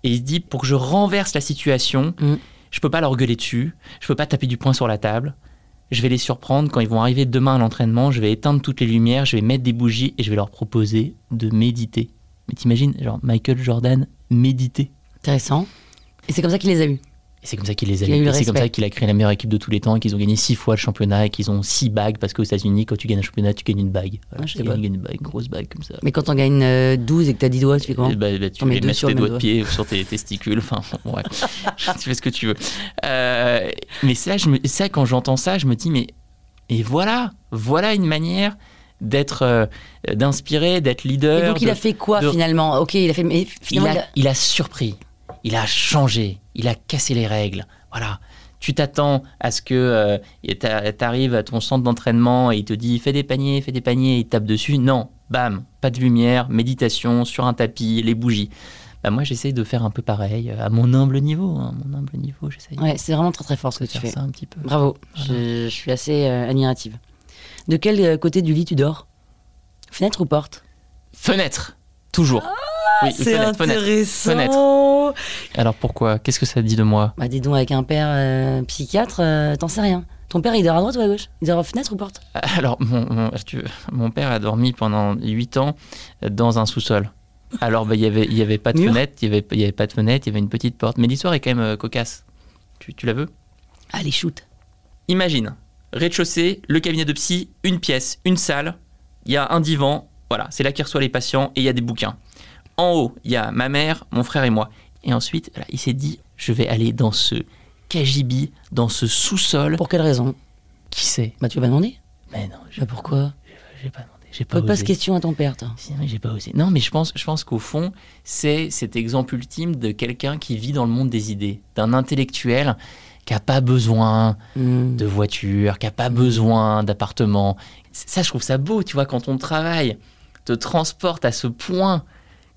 Et il se dit, pour que je renverse la situation, Mm. je peux pas leur gueuler dessus, je peux pas taper du poing sur la table. Je vais les surprendre quand ils vont arriver demain à l'entraînement. Je vais éteindre toutes les lumières, je vais mettre des bougies et je vais leur proposer de méditer. Mais t'imagines, genre Michael Jordan méditer. Intéressant. Et c'est comme ça qu'il les a eus. Et c'est comme ça qu'il les a Il y a eu le Et C'est comme respect. ça qu'il a créé la meilleure équipe de tous les temps, et qu'ils ont gagné six fois le championnat et qu'ils ont six bagues parce qu'aux États-Unis, quand tu gagnes un championnat, tu gagnes une bague. Voilà, Ah, je tu sais gagnes- pas. gagnes une bague, une grosse bague comme ça. Mais quand on gagne euh, 12 et que t'as 10 doigts, tu fais comment Eh ben, ben, tu On met les deux mets sur sur tes le même doigts de pied, sur tes testicules, enfin bon, ouais. tu fais ce que tu veux. Euh, mais ça, je me, ça, quand j'entends ça, je me dis, mais et voilà, voilà une manière d'être, euh, d'inspirer, d'être leader. Et donc il de- a fait quoi de- finalement Ok, il a fait. Mais il finalement, a, il a surpris, il a changé, il a cassé les règles. Voilà. Tu t'attends à ce que euh, et t'a- t'arrives à ton centre d'entraînement et il te dit fais des paniers, fais des paniers, il te tape dessus. Non, bam, pas de lumière, méditation sur un tapis, les bougies. Bah, moi, j'essaye de faire un peu pareil euh, à mon humble niveau. hein, mon humble niveau, j'essaye il a- Ouais, c'est vraiment très très fort ce que de tu faire fais. ça un petit peu. Bravo, je, je suis assez euh, admirative. De quel euh, côté du lit tu dors Fenêtre ou porte Fenêtre, toujours. Ah, oui, fenêtre, fenêtre. Fenêtre. Alors pourquoi Qu'est-ce que ça dit de moi Bah dis donc, avec un père euh, psychiatre, euh, t'en sais rien. Ton père, il dort à droite ou à gauche Il dort fenêtre ou porte Alors, mon, mon- tu- mon père a dormi pendant 8 ans dans un sous-sol. Alors, bah, il n'y avait, il y avait pas de Mur. fenêtre, il n'y avait, il y avait pas de fenêtre, il y avait une petite porte. Mais l'histoire est quand même euh, cocasse. Tu, tu la veux Allez, shoot. Imagine, rez-de-chaussée, le cabinet de psy, une pièce, une salle, il y a un divan, voilà, c'est là qu'il reçoit les patients et il y a des bouquins. En haut, il y a ma mère, mon frère et moi. Et ensuite, voilà, il s'est dit, je vais aller dans ce cagibi, dans ce sous-sol. Pour quelle raison Qui sait Bah tu vas pas demander. Mais non, je Bah pourquoi j'ai pas demandé. J'ai pas Pose pas osé. cette question à ton père, toi. Sinon, j'ai pas osé. Non, mais je pense, je pense qu'au fond, c'est cet exemple ultime de quelqu'un qui vit dans le monde des idées, d'un intellectuel qui n'a pas besoin Hmm. de voiture, qui n'a pas besoin d'appartement. C- Ça, je trouve ça beau, tu vois, quand ton travail te transporte à ce point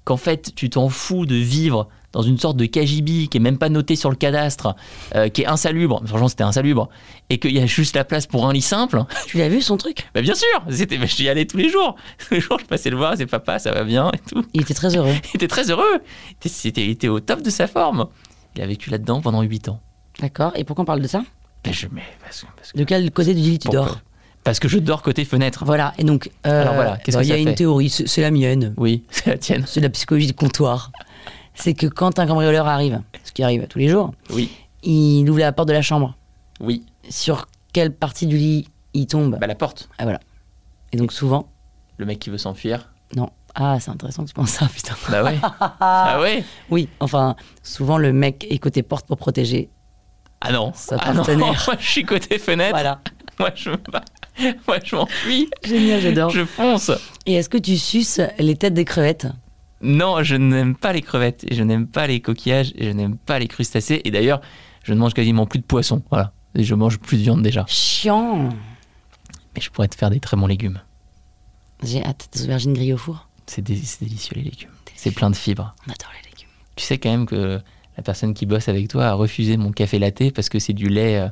qu'en fait, tu t'en fous de vivre dans une sorte de cagibi qui est même pas noté sur le cadastre, euh, qui est insalubre, franchement c'était insalubre, et qu'il y a juste la place pour un lit simple, Tu l'as vu son truc bah bien sûr, c'était, bah, j'y allais tous les jours. Tous les jours, je passais le voir, c'est papa, ça va bien et tout. Il était très heureux. Il était très heureux. Il était- C'était, il était au top de sa forme. Il a vécu là-dedans pendant 8 ans. D'accord. Et pourquoi on parle de ça Bah, je, mais parce que, parce que- De quel côté du lit tu pourquoi dors Parce que je dors côté fenêtre. Voilà, et donc, euh, Alors voilà, qu'est-ce bah, que il y a ça une fait théorie, c'est c'est la mienne, Oui, c'est la tienne. c'est la psychologie de comptoir. c'est que quand un cambrioleur arrive, ce qui arrive tous les jours, Oui, il ouvre la porte de la chambre. oui. Sur quelle partie du lit il tombe Bah la porte. Ah voilà. Et donc souvent, Le mec qui veut s'enfuir. non. Ah, c'est intéressant que tu penses ça, putain. Bah ouais. ah ouais. Oui, enfin, souvent le mec est côté porte pour protéger. Ah non. Ça ah non. Moi, partenaire. je suis côté fenêtre. Voilà. Moi, je bah, moi, je m'enfuis. Génial, j'adore. Je fonce. Et est-ce que tu suces les têtes des crevettes Non, je n'aime pas les crevettes, et je n'aime pas les coquillages, et je n'aime pas les crustacés. Et d'ailleurs, je ne mange quasiment plus de poisson. Voilà. Et je mange plus de viande déjà. Chiant Mais je pourrais te faire des très bons légumes. J'ai hâte des aubergines grillées au four. C'est dé- c'est délicieux les légumes. C'est plein de fibres. On adore les légumes. Tu sais quand même que la personne qui bosse avec toi a refusé mon café latte parce que c'est du lait euh,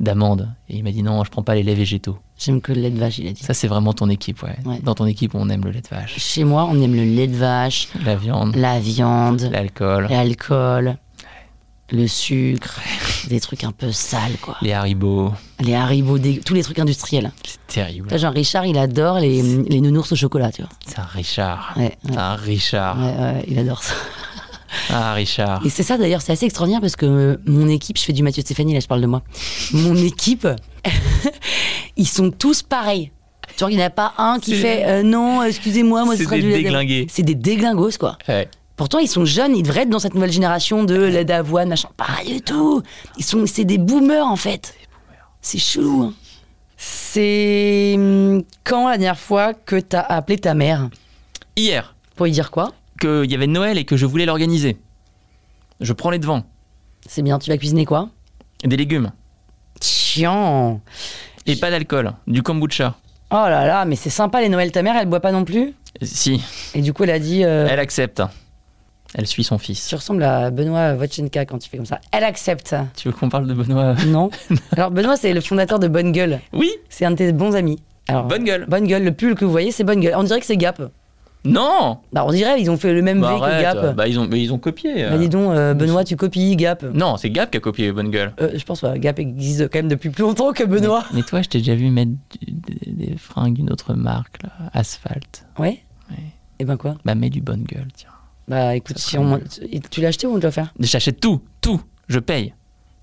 d'amande. Et il m'a dit non, je prends pas les laits végétaux. J'aime que le lait de vache, il a dit. Ça, c'est vraiment ton équipe, ouais. Ouais. Dans ton équipe, on aime le lait de vache, Chez moi, on aime le lait de vache, la viande, la viande, l'alcool. l'alcool, le sucre, des trucs un peu sales, quoi. Les haribots, Les haribots, des- tous les trucs industriels. c'est terrible. Là, genre, Richard, il adore les, les nounours au chocolat, tu vois. C'est un Richard. Ouais, ouais. C'est un Richard. Ouais, ouais, il adore ça. Ah, Richard. Et c'est ça d'ailleurs, c'est assez extraordinaire parce que euh, mon équipe, je fais du Mathieu Stéphanie, là je parle de moi. Mon équipe, ils sont tous pareils. Tu vois, il n'y en a pas un qui C'est- fait euh, non, excusez-moi, moi ce C'est sera des du lait d'avoine. déglingués. C'est des déglingos quoi. Ouais. Pourtant, ils sont jeunes, ils devraient être dans cette nouvelle génération de lait d'avoine, machin. Pas du tout. Ils sont, c'est des boomers en fait. C'est chelou. hein. C'est hum, quand la dernière fois que t'as appelé ta mère Hier, pour lui dire quoi qu'il y avait Noël et que je voulais l'organiser. Je prends les devants. C'est bien, tu vas cuisiner quoi Des légumes. Chiant. Et pas d'alcool. Du kombucha. Oh là là, mais c'est sympa les Noël. Ta mère, elle boit pas non plus Si, Et du coup, elle a dit euh, elle accepte. Elle suit son fils. Tu ressembles à Benoît Wojcinka quand tu fais comme ça. Elle accepte. Tu veux qu'on parle de Benoît Non Alors, Benoît, c'est le fondateur de Bonne Gueule. Oui, C'est un de tes bons amis. Alors, bonne gueule. Bonne Gueule, le pull que vous voyez, c'est Bonne Gueule. On dirait que c'est Gap. Non Bah, on dirait ils ont fait le même Bah, V que arrête. Gap. Bah, ils, ont, mais ils ont copié. euh. Bah, dis donc, euh, Benoît, tu copies Gap. Non, c'est Gap qui a copié Bonne Gueule. Euh, je pense pas. Gap existe quand même depuis plus longtemps que Benoît. Mais toi, je t'ai déjà vu mettre du- des, des fringues d'une autre marque, là, Asphalt. Ouais Ouais. Et ben quoi Bah, mets du Bonne Gueule, tiens. Bah écoute, Ça si sera on- mieux. tu tu l'as acheté ou on te l'a offert J'achète tout, tout, je paye.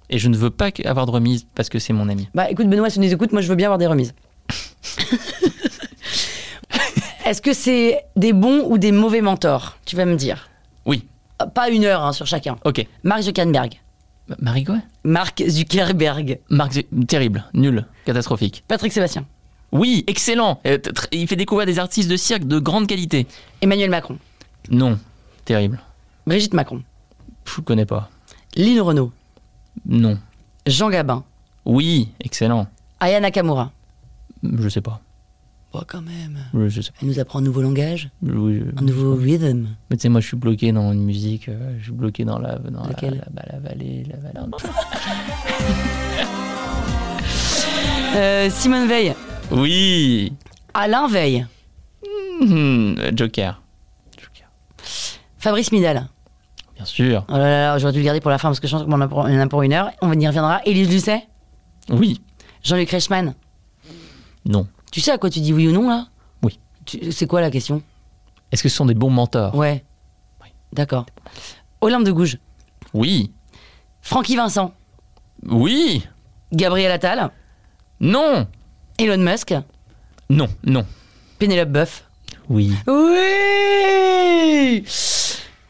Et je ne veux pas que- avoir de remise parce que c'est mon ami. Bah écoute Benoît, si tu nous écoutes, moi je veux bien avoir des remises. Est-ce que c'est des bons ou des mauvais mentors Tu vas me dire. Oui, Euh, Pas une heure hein, sur chacun. ok. Mark Zuckerberg. Bah, Marie quoi Mark Zuckerberg. Marc, Zé- terrible, nul, catastrophique. Patrick Sébastien. Oui, excellent. Euh, t- tr- Il fait découvrir des artistes de cirque de grande qualité. Emmanuel Macron. Non, terrible. Brigitte Macron. Je le connais pas. Lynn Renault. Non. Jean Gabin. Oui, excellent. Aya Nakamura. Je sais pas. Oh, quand même. Je, je sais pas. Elle nous apprend un nouveau langage, Oui, un nouveau rhythm. Mais tu sais, moi, je suis bloqué dans une musique. euh, je suis bloqué dans la, dans la, Laquelle la- bah, la vallée, la vallée. Euh, Simone Veil. Oui. Alain Veil. Hmm, Joker. Joker. Fabrice Midal. Bien sûr. Oh là là, j'aurais dû le garder pour la fin parce que je pense qu'on en a pour, on en a pour une heure. On y reviendra. Élise Lucet. Oui. Jean-Luc Reichmann. Non. Tu sais à quoi tu dis oui ou non là Oui. Tu- C'est quoi la question Est-ce que ce sont des bons mentors Ouais. Oui. D'accord. Olympe de Gouges, Oui. Francky Vincent, Oui. Gabriel Attal, Non. Elon Musk, Non. Non. Pénélope Boeuf. Oui. Oui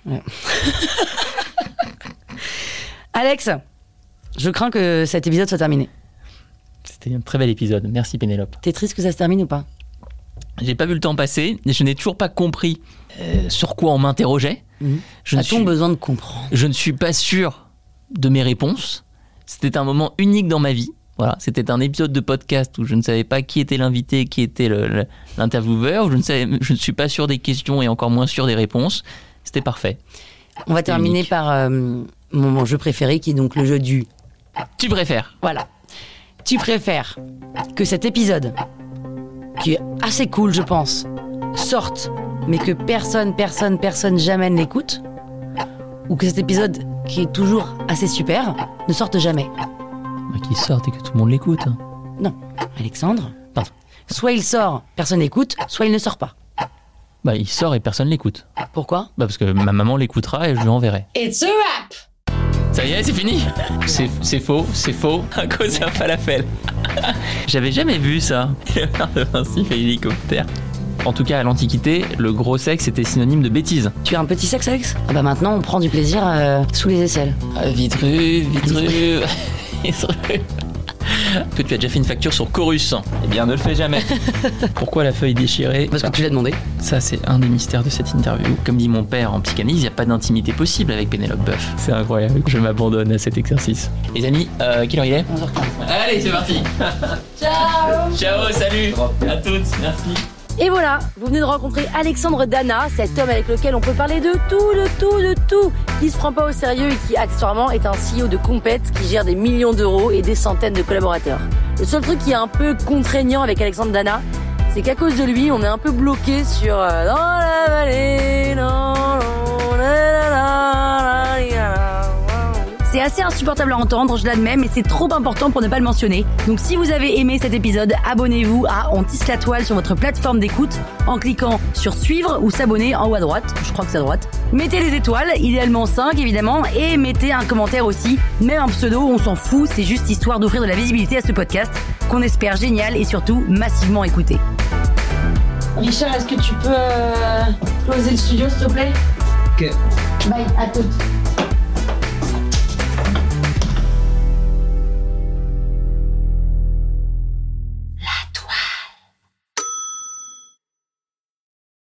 Ouais. Alex, je crains que cet épisode soit terminé. C'était un très bel épisode. Merci Pénélope. T'es triste que ça se termine ou pas J'ai pas vu le temps passer et je n'ai toujours pas compris euh, sur quoi on m'interrogeait. Mhm. Je ne A-t-on suis- besoin de comprendre Je ne suis pas sûr de mes réponses. C'était un moment unique dans ma vie. Voilà, c'était un épisode de podcast où je ne savais pas qui était l'invité, qui était le- le- l'intervieweur. Je ne savais- je ne suis pas sûr des questions et encore moins sûr des réponses. C'était parfait. On va terminer unique. par euh, mon mon jeu préféré qui est donc le jeu du Tu préfères Voilà. Tu préfères que cet épisode, qui est assez cool, je pense, sorte, mais que personne, personne, personne jamais ne l'écoute, ou que cet épisode, qui est toujours assez super, ne sorte jamais Qui sortent Bah, et que tout le monde l'écoute. hein. Non. Alexandre Pardon. Soit il sort, personne n'écoute, soit il ne sort pas. Bah, il sort et personne l'écoute. Pourquoi Bah, parce que ma maman l'écoutera et je lui enverrai. It's a wrap! Ça y est, c'est fini C'est c'est faux, c'est faux. À cause d'un falafel. J'avais jamais vu ça. Le maire de Vinci fait hélicoptère. En tout cas, à l'Antiquité, le gros sexe était synonyme de bêtise. Tu as un petit sexe, Alex Ah bah maintenant, on prend du plaisir euh, sous les aisselles. Ah, Vitru, vitru, vitru. Que tu as déjà fait une facture sur Chorus Eh bien, ne le fais jamais. Pourquoi la feuille déchirée Parce que tu l'as demandé. Ça, c'est un des mystères de cette interview. Comme dit mon père en psychanalyse, il n'y a pas d'intimité possible avec Pénélope Boeuf. C'est incroyable, je m'abandonne à cet exercice. Les amis, euh, quelle heure il est 11h15. Allez, c'est parti Ciao Ciao, salut À toutes, merci Et voilà, vous venez de rencontrer Alexandre Dana, cet homme avec lequel on peut parler de tout, de tout, de tout, qui se prend pas au sérieux et qui accessoirement est un CEO de compète qui gère des millions d'euros et des centaines de collaborateurs. Le seul truc qui est un peu contraignant avec Alexandre Dana, c'est qu'à cause de lui, on est un peu bloqué sur euh, dans la vallée, dans la- la- la- la- la- la- la- la- la- la- la- la- la- C'est assez insupportable à entendre, je l'admets, mais c'est trop important pour ne pas le mentionner. Donc si vous avez aimé cet épisode, abonnez-vous à On tisse la toile sur votre plateforme d'écoute en cliquant sur suivre ou s'abonner en haut à droite, je crois que c'est à droite. Mettez des étoiles, idéalement 5 évidemment, et mettez un commentaire aussi, même un pseudo, on s'en fout, c'est juste histoire d'offrir de la visibilité à ce podcast qu'on espère génial et surtout massivement écouté. Richard, est-ce que euh, tu peux closer le studio s'il te plaît Ok. Bye, à toutes.